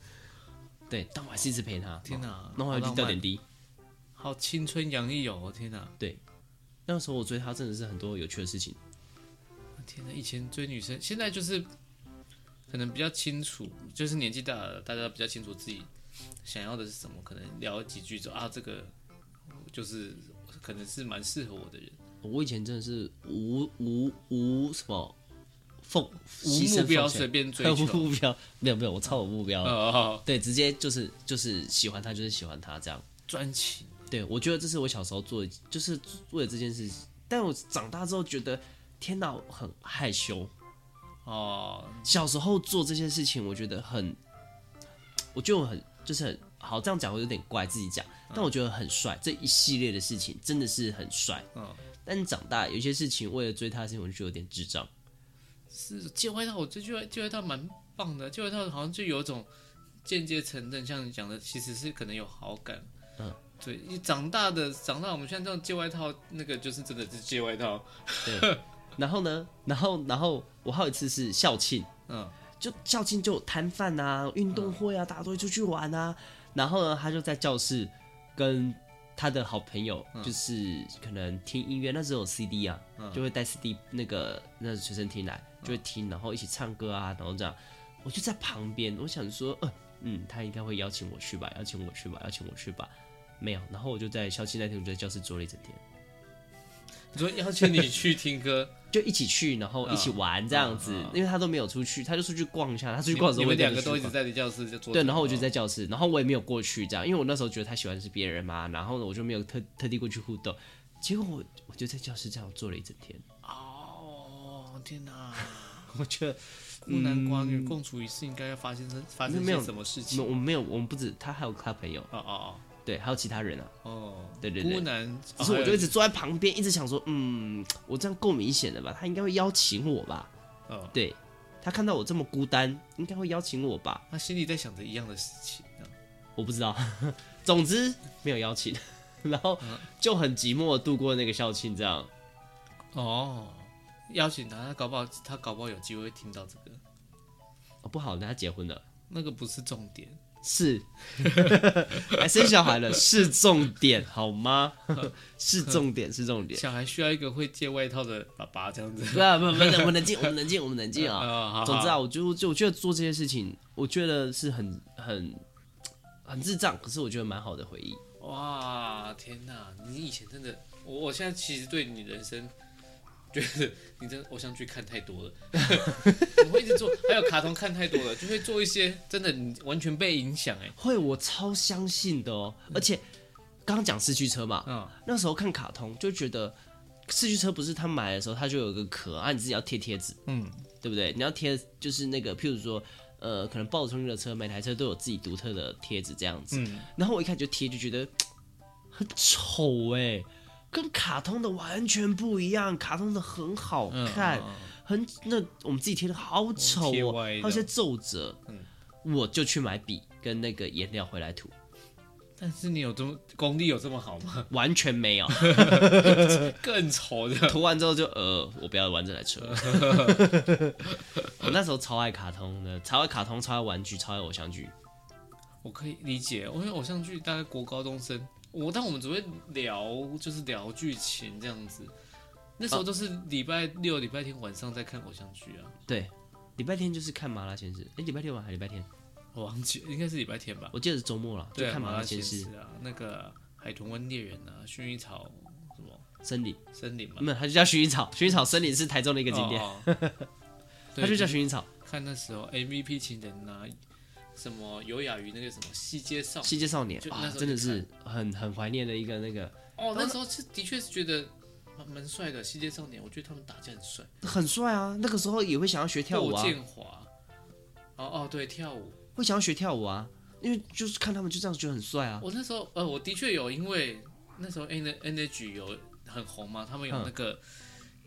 [SPEAKER 1] *laughs*
[SPEAKER 2] 对，但我还是一直陪他。
[SPEAKER 1] 天哪
[SPEAKER 2] 然后我还
[SPEAKER 1] 好
[SPEAKER 2] 去
[SPEAKER 1] 浪
[SPEAKER 2] 吊
[SPEAKER 1] 漫
[SPEAKER 2] 点滴。
[SPEAKER 1] 好青春洋溢哦！天哪，
[SPEAKER 2] 那时候我追他真的是很多有趣的事情，
[SPEAKER 1] 天哪！以前追女生，现在就是可能比较清楚，就是年纪大了，大家比较清楚自己想要的是什么，可能聊几句就啊，这个就是可能是蛮适合我的人，
[SPEAKER 2] 我以前真的是无无无什么奉
[SPEAKER 1] 无
[SPEAKER 2] 牺牲
[SPEAKER 1] 目标
[SPEAKER 2] 奉献
[SPEAKER 1] 随便追
[SPEAKER 2] 无
[SPEAKER 1] 求。
[SPEAKER 2] 目标没有没有，我超有目标，
[SPEAKER 1] 哦，
[SPEAKER 2] 对，直接就是就是喜欢他就是喜欢他这样，
[SPEAKER 1] 专情
[SPEAKER 2] 对我觉得这是我小时候做的，就是为了这件事，但我长大之后觉得天哪，我很害羞，
[SPEAKER 1] 哦，
[SPEAKER 2] 小时候做这些事情，我觉得很，我觉得我很就是很好这样讲，我有点怪自己讲，但我觉得很帅，这一系列的事情真的是很帅。
[SPEAKER 1] 嗯，
[SPEAKER 2] 但是长大有些事情为了追他的事情，我就觉得有点智障。
[SPEAKER 1] 是借外套，我觉得借外借外套蛮棒的，借外套好像就有种间接承认，像你讲的，其实是可能有好感。
[SPEAKER 2] 嗯，
[SPEAKER 1] 对，你长大的长大，我们现在这种借外套，那个就是真的是借外套。
[SPEAKER 2] 然后呢，然后然后我还有一次是校庆，
[SPEAKER 1] 嗯，
[SPEAKER 2] 就校庆就有摊贩啊、运动会啊，大家都会出去玩啊。然后呢，他就在教室跟他的好朋友，就是可能听音乐，那时候有 CD 啊，就会带 CD 那个那学生听来，就会听，然后一起唱歌啊，然后这样。我就在旁边，我想说，呃，嗯，他应该会邀请我去吧，邀请我去吧，邀请我去吧。没有，然后我就在校庆那天，我就在教室坐了一整天，
[SPEAKER 1] 你说邀请你去听
[SPEAKER 2] *laughs*
[SPEAKER 1] 歌，
[SPEAKER 2] 就一起去，然后一起玩这样子，因为他都没有出去，他就出去逛一下，他出去逛的时
[SPEAKER 1] 嗯你们
[SPEAKER 2] 候，我也
[SPEAKER 1] 两
[SPEAKER 2] 跟
[SPEAKER 1] 个
[SPEAKER 2] 着
[SPEAKER 1] 都
[SPEAKER 2] 去
[SPEAKER 1] 一直
[SPEAKER 2] 逛
[SPEAKER 1] 在嗯教室就坐着。
[SPEAKER 2] 对，然后我就在教室，然后我也没有过去这样，因为我那时候觉得他喜欢的是别人嘛，然后呢我就没有特特地过去互动，结果我我就在教室这样坐了一整
[SPEAKER 1] *laughs*
[SPEAKER 2] 天，
[SPEAKER 1] 哦，天哪！
[SPEAKER 2] *laughs* 我觉得
[SPEAKER 1] 孤
[SPEAKER 2] 嗯
[SPEAKER 1] 男寡女共处一室，应该要发生生发生
[SPEAKER 2] 没有
[SPEAKER 1] 些什么事
[SPEAKER 2] 没
[SPEAKER 1] 情？
[SPEAKER 2] 有我们没有，我们不止他还有他朋友，
[SPEAKER 1] 哦哦
[SPEAKER 2] 对，还有其他人啊，
[SPEAKER 1] 哦哦，
[SPEAKER 2] 对对对
[SPEAKER 1] 孤男，
[SPEAKER 2] 只是我就
[SPEAKER 1] 哦
[SPEAKER 2] 一直坐在旁边，一直想说，嗯，我这样够明显了吧，他应该会邀请我吧，
[SPEAKER 1] 还有哦，
[SPEAKER 2] 对他看到我这么孤单，应该会邀请我吧，
[SPEAKER 1] 他心里在想着一样的事情。啊这样
[SPEAKER 2] 我不知道， *laughs* 总之没有邀请， *laughs* 然后就很寂寞地度过那个校庆这样。
[SPEAKER 1] 哦，邀请他，他搞不好他搞不好有机会听到这个，
[SPEAKER 2] 哦，不好，人家结婚了。
[SPEAKER 1] 那个不是重点。
[SPEAKER 2] 是， *laughs* 还生小孩了是重点好吗？ *laughs* 是重点，是重点。啊
[SPEAKER 1] 小孩需要一个会借外套的爸爸这样子。
[SPEAKER 2] 不不不，我们冷静，我们冷静，我们冷
[SPEAKER 1] *laughs*
[SPEAKER 2] 静啊！
[SPEAKER 1] 啊
[SPEAKER 2] 总之啊，，我就就我觉得做这些事情，我觉得是很很很智障，可是我觉得蛮好的回忆。
[SPEAKER 1] 哇，天哪！你以前真的，我我现在其实对你人生觉得你真的偶像剧看太多了，
[SPEAKER 2] *laughs*
[SPEAKER 1] 你会一直做，还有卡通看太多了，就会做一些真的你完全被影响哎。
[SPEAKER 2] 会，我超相信的哦。而且刚刚讲四驱车嘛，
[SPEAKER 1] 嗯
[SPEAKER 2] 那时候看卡通就觉得四驱车不是他买的时候，它就有一个壳啊，你自己要贴贴纸，
[SPEAKER 1] 嗯，
[SPEAKER 2] 对不对？你要贴就是那个，譬如说，呃，可能暴冲的车，每台车都有自己独特的贴纸这样子。
[SPEAKER 1] 嗯
[SPEAKER 2] 然后我一开始就贴，就觉得很丑哎、跟卡通的完全不一样，卡通的很好看，
[SPEAKER 1] 嗯哦
[SPEAKER 2] 很那我们自己贴的好丑
[SPEAKER 1] 贴
[SPEAKER 2] 哦、
[SPEAKER 1] 歪的嗯
[SPEAKER 2] 还有一些皱褶。我就去买笔跟那个颜料回来涂，
[SPEAKER 1] 但是你有这么功力有这么好吗？ *laughs*
[SPEAKER 2] 完全没有。
[SPEAKER 1] 更丑的，
[SPEAKER 2] *laughs* 涂完之后就呃，我不要玩这
[SPEAKER 1] *laughs*
[SPEAKER 2] 台车。我那时候超爱卡通的，超爱卡通，超爱玩具，超爱偶像剧。
[SPEAKER 1] 我可以理解，因为偶像剧大概国高中生，我但我们只会聊就是聊剧情这样子。那
[SPEAKER 2] 啊
[SPEAKER 1] 时候都是礼拜六、礼拜天晚上在看偶像剧啊，
[SPEAKER 2] 对，礼拜天就是看《麻辣鲜师》诶，哎，礼拜六吗？还是礼拜天？
[SPEAKER 1] 我忘记应该是礼拜天吧。
[SPEAKER 2] 我记得是周末了，就
[SPEAKER 1] 对啊，
[SPEAKER 2] 看《
[SPEAKER 1] 麻
[SPEAKER 2] 麻
[SPEAKER 1] 辣
[SPEAKER 2] 辣
[SPEAKER 1] 鲜
[SPEAKER 2] 鲜师
[SPEAKER 1] 师》啊，那个海豚湾猎人啊，薰衣草什么
[SPEAKER 2] 森林，
[SPEAKER 1] 森林嘛，
[SPEAKER 2] 没有，它就叫薰衣
[SPEAKER 1] *laughs*
[SPEAKER 2] 草。薰衣草森林是台中的一
[SPEAKER 1] 一
[SPEAKER 2] 个嗯景点，
[SPEAKER 1] 哦
[SPEAKER 2] *laughs*
[SPEAKER 1] 对，
[SPEAKER 2] 它就叫薰衣草。
[SPEAKER 1] 看那时候 MVP 情人啊，什么有雅于那个什么西街上，
[SPEAKER 2] 《西街少年
[SPEAKER 1] 哦就》那
[SPEAKER 2] 啊
[SPEAKER 1] 时，候
[SPEAKER 2] 真的
[SPEAKER 1] 就是
[SPEAKER 2] 很很怀念的一个那个
[SPEAKER 1] 哦，那时候是的确是觉得蛮蛮帅的，西街少年，我觉得他们打架很帅，
[SPEAKER 2] 很帅啊。那个时候也会想要学跳舞
[SPEAKER 1] 霍
[SPEAKER 2] 啊，
[SPEAKER 1] 建华，哦哦对，跳舞，
[SPEAKER 2] 会想要学跳舞啊，因为就是看他们就这样觉得很帅啊。
[SPEAKER 1] 我那时候呃，我的确有，因为那时候 N N H 有很红嘛，他们有那个、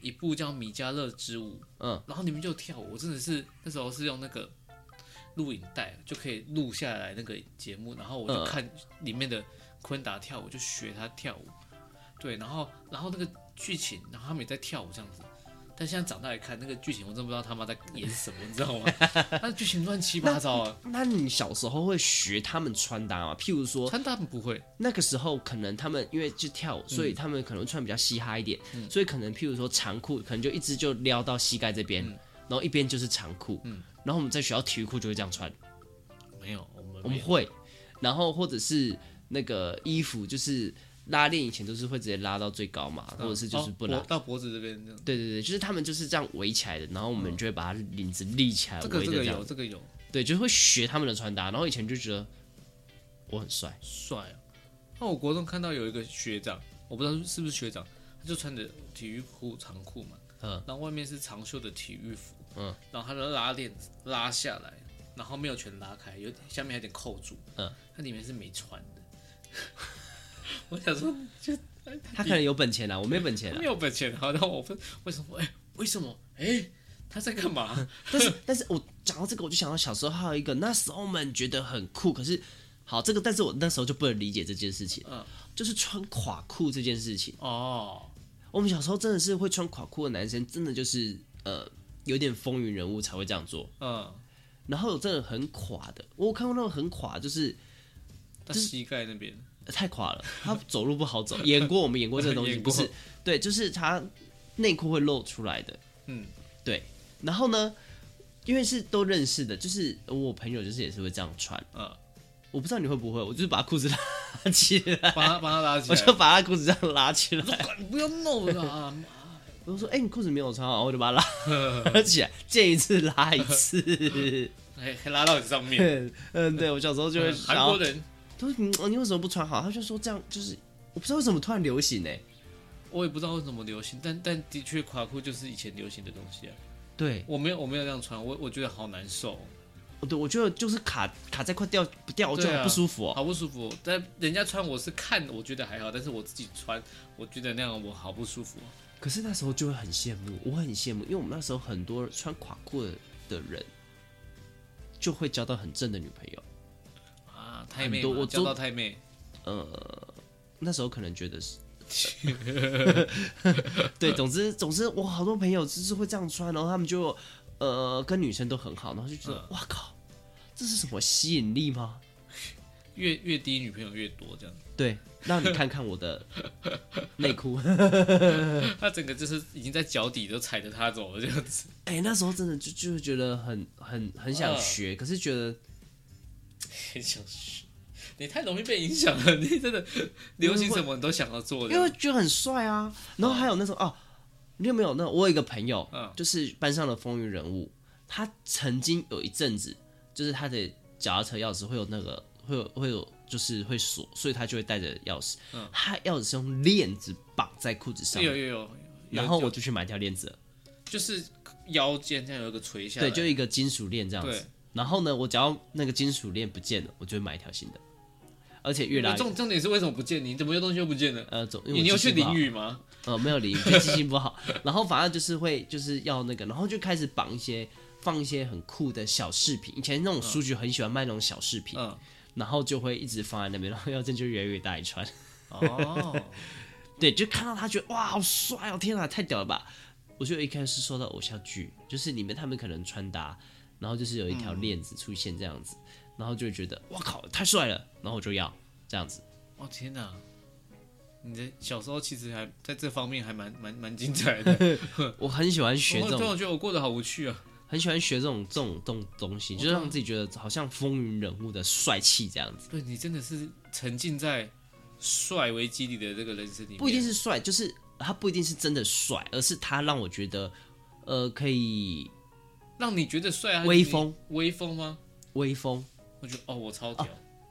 [SPEAKER 1] 一部叫《米迦勒之舞》，
[SPEAKER 2] 嗯，
[SPEAKER 1] 然后里面就有跳舞，我真的是那时候是用那个录影带就可以录下来那个节目，然后我就
[SPEAKER 2] 嗯
[SPEAKER 1] 看里面的昆达跳舞，就学他跳舞，对，然后然后那个剧情，然后他们也在跳舞这样子。但现在长大来看，那个剧情我真不知道他妈在演什么，你知
[SPEAKER 2] *laughs*
[SPEAKER 1] 道吗？那剧情乱七八糟啊！
[SPEAKER 2] 那你小时候会学他们穿搭吗？譬如说，
[SPEAKER 1] 穿搭不会，
[SPEAKER 2] 那个时候可能他们因为就跳舞，所以他们可能穿比较嘻哈一点，所以可能譬如说长裤，可能就一直就撩到膝盖这边，然后一边就是长裤，然后我们在学校体育裤就会这样穿，
[SPEAKER 1] 没有，我们
[SPEAKER 2] 我们
[SPEAKER 1] 没有
[SPEAKER 2] 会，然后或者是那个衣服就是拉链以前都是会直接拉到最高嘛，或者是就是不拉。
[SPEAKER 1] 哦脖到脖子这边这样。
[SPEAKER 2] 对对对，就是他们就是这样围起来的，然后我们就会把它领子立起来，
[SPEAKER 1] 这个
[SPEAKER 2] 围
[SPEAKER 1] 这
[SPEAKER 2] 着
[SPEAKER 1] 个
[SPEAKER 2] 样
[SPEAKER 1] 有，这个有
[SPEAKER 2] 对，就会学他们的穿搭。然后以前就觉得我很帅，
[SPEAKER 1] 帅啊！那我国中看到有一个学长，我不知道是不是学长，他就穿着体育裤长裤嘛，
[SPEAKER 2] 嗯，
[SPEAKER 1] 然后外面是长袖的体育服，
[SPEAKER 2] 嗯，
[SPEAKER 1] 然后他的拉链拉下来，然后没有全拉开，有下面还有点扣住，
[SPEAKER 2] 嗯，
[SPEAKER 1] 他里面是没穿的。 *laughs* 我想
[SPEAKER 2] *laughs*
[SPEAKER 1] 说
[SPEAKER 2] 他可能有本钱啦，我没本钱啦啊
[SPEAKER 1] 没。有本钱好，然后我分为什么？哎、为什么？哎、他在干嘛？
[SPEAKER 2] *laughs* 但是，但是我讲到这个，我就想到小时候还有一个，那时候我们觉得很酷，可是好这个，但是我那时候就不能理解这件事情，
[SPEAKER 1] 嗯
[SPEAKER 2] 就是穿垮裤这件事情。
[SPEAKER 1] 哦，
[SPEAKER 2] 我们小时候真的是会穿垮裤的男生，真的就是呃有点风云人物才会这样做。
[SPEAKER 1] 嗯，
[SPEAKER 2] 然后有真的很垮的，我有看过那种很垮，就是、
[SPEAKER 1] 到膝盖那边，
[SPEAKER 2] 呃太垮了，他走路不好走。演过我们 *laughs* 演过这个东西，
[SPEAKER 1] 演过
[SPEAKER 2] 不是对，就是他内裤会露出来的，
[SPEAKER 1] 嗯，
[SPEAKER 2] 对，然后呢，因为是都认识的，就是我朋友就是也是会这样穿，
[SPEAKER 1] 嗯，
[SPEAKER 2] 我不知道你会不会，我就是把裤子拉起 *laughs* 来，
[SPEAKER 1] 帮他帮他拉起
[SPEAKER 2] 我
[SPEAKER 1] 来
[SPEAKER 2] 就。把他裤子这样拉起来，
[SPEAKER 1] 你不要弄了啊！
[SPEAKER 2] 我就说，哎、你裤子没有穿好，我就把它 *laughs* 拉起来，见一次拉一 *laughs* 次。
[SPEAKER 1] 还还拉到你上面。
[SPEAKER 2] 嗯，嗯对我小时候就会想
[SPEAKER 1] 韩
[SPEAKER 2] 要
[SPEAKER 1] 国，人，
[SPEAKER 2] 他说你你为什么不穿好？他就说这样就是。我不知道为什么突然流行哎、
[SPEAKER 1] 我也不知道为什么流行，但但的确垮裤就是以前流行的东西啊。
[SPEAKER 2] 对，
[SPEAKER 1] 我没有我没有这样穿，我我觉得好难受，
[SPEAKER 2] 对我觉得就是卡卡在快掉不掉，我就
[SPEAKER 1] 对啊
[SPEAKER 2] 很不舒服哦、
[SPEAKER 1] 好不舒服。但人家穿我是看，我觉得还好，但是我自己穿，我觉得那样我好不舒服。
[SPEAKER 2] 可是那时候就会很羡慕，我很羡慕，因为我们那时候很多穿垮裤的的人，就会交到很正的女朋友。
[SPEAKER 1] 啊，太妹
[SPEAKER 2] 很多
[SPEAKER 1] 嘛，
[SPEAKER 2] 我
[SPEAKER 1] 交
[SPEAKER 2] 都
[SPEAKER 1] 到太妹，
[SPEAKER 2] 呃那时候可能觉
[SPEAKER 1] *laughs*
[SPEAKER 2] 得是，对，总之总之，我好多朋友就是会这样穿，然后他们就呃跟女生都很好，然后就觉得
[SPEAKER 1] 嗯
[SPEAKER 2] 哇靠，这是什么吸引力吗？
[SPEAKER 1] 越越低女朋友越多这样。
[SPEAKER 2] 对，让你看看我的内裤。
[SPEAKER 1] 他整个就是已经在脚底都踩着他走了这样子。
[SPEAKER 2] 哎、那时候真的就就
[SPEAKER 1] 嗯
[SPEAKER 2] 会觉得很很很想学，可是觉得
[SPEAKER 1] 很想学你太容易被影响了，你真的流行什么你都想要做
[SPEAKER 2] 因
[SPEAKER 1] 的
[SPEAKER 2] 为觉得很帅啊。然后还有那种哦，你有没有那？我有一个朋友，
[SPEAKER 1] 嗯
[SPEAKER 2] 就是班上的风云人物，他曾经有一阵子，就是他的脚踏车钥匙会有那个会有会有就是会锁，所以他就会带着钥匙。他钥匙是用链子绑在裤子上，
[SPEAKER 1] 嗯有有有，有
[SPEAKER 2] 然后我就去买一条链子了，
[SPEAKER 1] 就是腰间这样有一个垂下来，
[SPEAKER 2] 对，就一个金属链这样
[SPEAKER 1] 对
[SPEAKER 2] 子。然后呢，我只要那个金属链不见了，我就会买一条新的，而且越来越
[SPEAKER 1] 重重点是为什么不见你？怎么有东西又不见了？
[SPEAKER 2] 呃，总因为
[SPEAKER 1] 你
[SPEAKER 2] 我
[SPEAKER 1] 你有
[SPEAKER 2] 记性
[SPEAKER 1] 去
[SPEAKER 2] 不好
[SPEAKER 1] 淋雨吗？
[SPEAKER 2] 呃，没有淋，就记性不好。然后反正就是会就是要那个，然后就开始绑一些放一些很酷的小饰品。以前那种书局很喜欢卖那种小饰品，
[SPEAKER 1] 嗯，
[SPEAKER 2] 然后就会一直放在那边，然后腰间就越来越大一串。
[SPEAKER 1] 哦，
[SPEAKER 2] 对，就看到他觉得哇，好帅哦！天哪，太屌了吧！我觉得一开始受到偶像剧，就是里面他们可能穿搭，然后就是有一条链子出现这样子，然后就会觉得哇靠，太帅了，然后我就要这样子。
[SPEAKER 1] 哦天哪！你的小时候其实还在这方面还蛮蛮蛮精彩的，
[SPEAKER 2] 我很喜欢 *laughs* 学
[SPEAKER 1] 我
[SPEAKER 2] 这种
[SPEAKER 1] 突然觉得我过得好无趣啊！
[SPEAKER 2] 很喜欢学这种这种东东西，就是让自己觉得好像风云人物的帅气这样子，
[SPEAKER 1] 对你真的是沉浸在帅为基底的这个人生里面，
[SPEAKER 2] 不一定是帅，就是他不一定是真的帅，而是他让我觉得，呃，可以
[SPEAKER 1] 让你觉得帅啊，
[SPEAKER 2] 威风
[SPEAKER 1] 你威风吗？
[SPEAKER 2] 威风。
[SPEAKER 1] 我觉得哦，我超屌，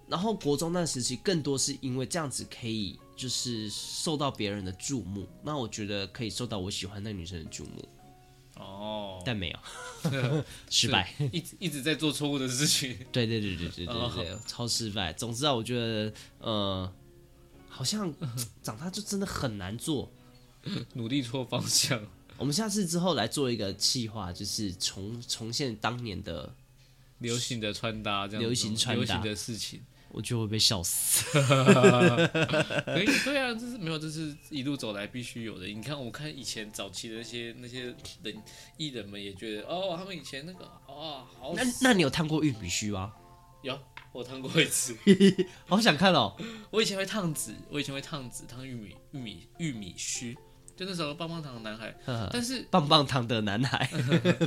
[SPEAKER 2] 然后国中那时期，更多是因为这样子可以就是受到别人的注目，那我觉得可以受到我喜欢那个女生的注目，
[SPEAKER 1] 哦，
[SPEAKER 2] 但没有 *laughs* 失败。
[SPEAKER 1] 是一直一直在做错误的事情， *laughs*
[SPEAKER 2] 对对对对对对对，超失败。总之啊，我觉得呃，好像长大就真的很难做。
[SPEAKER 1] 努力错方向。
[SPEAKER 2] 我们下次之后来做一个企划，就是重重现当年的，
[SPEAKER 1] 流行的穿搭，这样子
[SPEAKER 2] 流行穿搭
[SPEAKER 1] 流行的事情，
[SPEAKER 2] 我觉得会被笑死。
[SPEAKER 1] 可以， *laughs* 对啊，这是没有，这是一路走来必须有的。你看，我看以前早期的那些那些人艺人们也觉得，哦，他们以前那个，哦，好
[SPEAKER 2] 那那你有烫过玉米须吗？
[SPEAKER 1] 有，我烫过一
[SPEAKER 2] *laughs*
[SPEAKER 1] 次，
[SPEAKER 2] 好想看哦。
[SPEAKER 1] 我以前会烫纸，我以前会烫纸，烫玉米玉米玉米须，就那时候棒棒糖男
[SPEAKER 2] *laughs*
[SPEAKER 1] 孩，
[SPEAKER 2] 嗯
[SPEAKER 1] 但是
[SPEAKER 2] 棒棒糖的男 *laughs* 孩，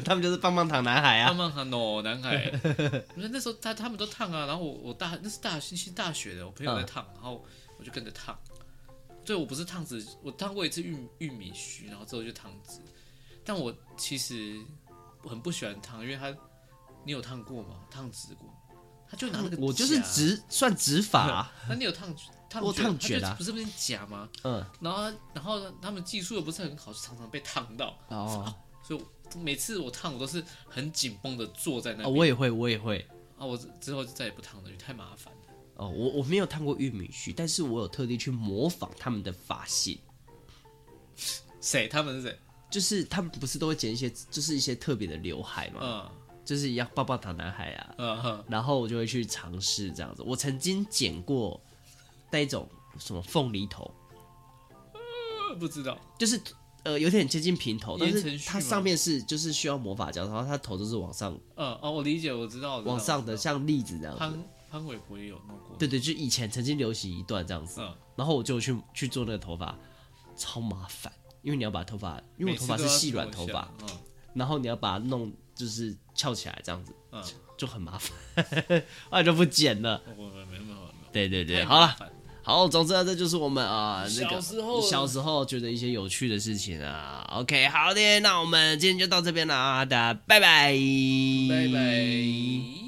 [SPEAKER 2] 他们就是棒棒糖
[SPEAKER 1] *laughs*
[SPEAKER 2] 男孩啊
[SPEAKER 1] 棒。棒糖 no 哦男 *laughs* 孩，那那时候他他们都烫啊，然后我我大那是大新新大学的，我朋友在烫，然后我就跟着烫。对，我不是烫纸，我烫过一次玉米玉米须，然后之后就烫纸。但我其实很不喜欢烫，因为它你有烫过吗？烫纸过？他就拿那个
[SPEAKER 2] 我就是
[SPEAKER 1] 夹， *laughs*
[SPEAKER 2] *laughs* 直算直法 *laughs* 啊，
[SPEAKER 1] 那你有烫烫
[SPEAKER 2] 我烫
[SPEAKER 1] 卷
[SPEAKER 2] 卷
[SPEAKER 1] 它
[SPEAKER 2] 啊
[SPEAKER 1] 就不是不是夹吗？
[SPEAKER 2] 嗯，
[SPEAKER 1] 然后然后他们技术又不是很好，就常常被烫到，
[SPEAKER 2] 哦，
[SPEAKER 1] 所以我每次我烫我都是很紧绷的坐在那
[SPEAKER 2] 啊
[SPEAKER 1] 边。
[SPEAKER 2] 我也会，我也会。
[SPEAKER 1] 啊，我之之后就再也不烫了，因为太麻烦了。
[SPEAKER 2] 哦，我我没有烫过玉米须，但是我有特地去模仿他们的发型，
[SPEAKER 1] 谁？他们是谁？
[SPEAKER 2] 就是他们不是都会剪一些，就是一些特别的刘海嘛，
[SPEAKER 1] 嗯
[SPEAKER 2] 就是一样棒棒糖男孩啊，
[SPEAKER 1] 嗯哼，
[SPEAKER 2] 然后我就会去尝试这样子。我曾经剪过那一种什么凤梨头，
[SPEAKER 1] 呃不知道。
[SPEAKER 2] 就是呃有点接近平头，但
[SPEAKER 1] 言承
[SPEAKER 2] 是
[SPEAKER 1] 旭
[SPEAKER 2] 它
[SPEAKER 1] 吗
[SPEAKER 2] 上面是就是需要魔法胶，然后它头都是往上
[SPEAKER 1] 嗯哦，我理解，我知道。我知道
[SPEAKER 2] 往上的，
[SPEAKER 1] 我知
[SPEAKER 2] 像栗子这
[SPEAKER 1] 道
[SPEAKER 2] 样子。
[SPEAKER 1] 潘潘玮柏也有弄过。
[SPEAKER 2] 对对，就以前曾经流行一段这样子，
[SPEAKER 1] 嗯，
[SPEAKER 2] 然后我就去去做那个头发，超麻烦，因为你要把头发，因为我
[SPEAKER 1] 每
[SPEAKER 2] 头
[SPEAKER 1] 次
[SPEAKER 2] 发
[SPEAKER 1] 都
[SPEAKER 2] 是
[SPEAKER 1] 要
[SPEAKER 2] 细
[SPEAKER 1] 做
[SPEAKER 2] 软
[SPEAKER 1] 一
[SPEAKER 2] 头
[SPEAKER 1] 下
[SPEAKER 2] 发，。然后你要把它弄就是翘起来这样子，
[SPEAKER 1] 嗯
[SPEAKER 2] 就很麻烦， *laughs* 后来就不剪了。
[SPEAKER 1] 嗯，我我没没没有没有。
[SPEAKER 2] 对对对，
[SPEAKER 1] 太
[SPEAKER 2] 好了
[SPEAKER 1] 麻。烦，
[SPEAKER 2] 好，总之呢，这就是我们啊、那个
[SPEAKER 1] 小时候
[SPEAKER 2] 小时候觉得一些有趣的事情啊。OK，好的，那我们今天就到这边了啊，大家拜拜，
[SPEAKER 1] 拜拜。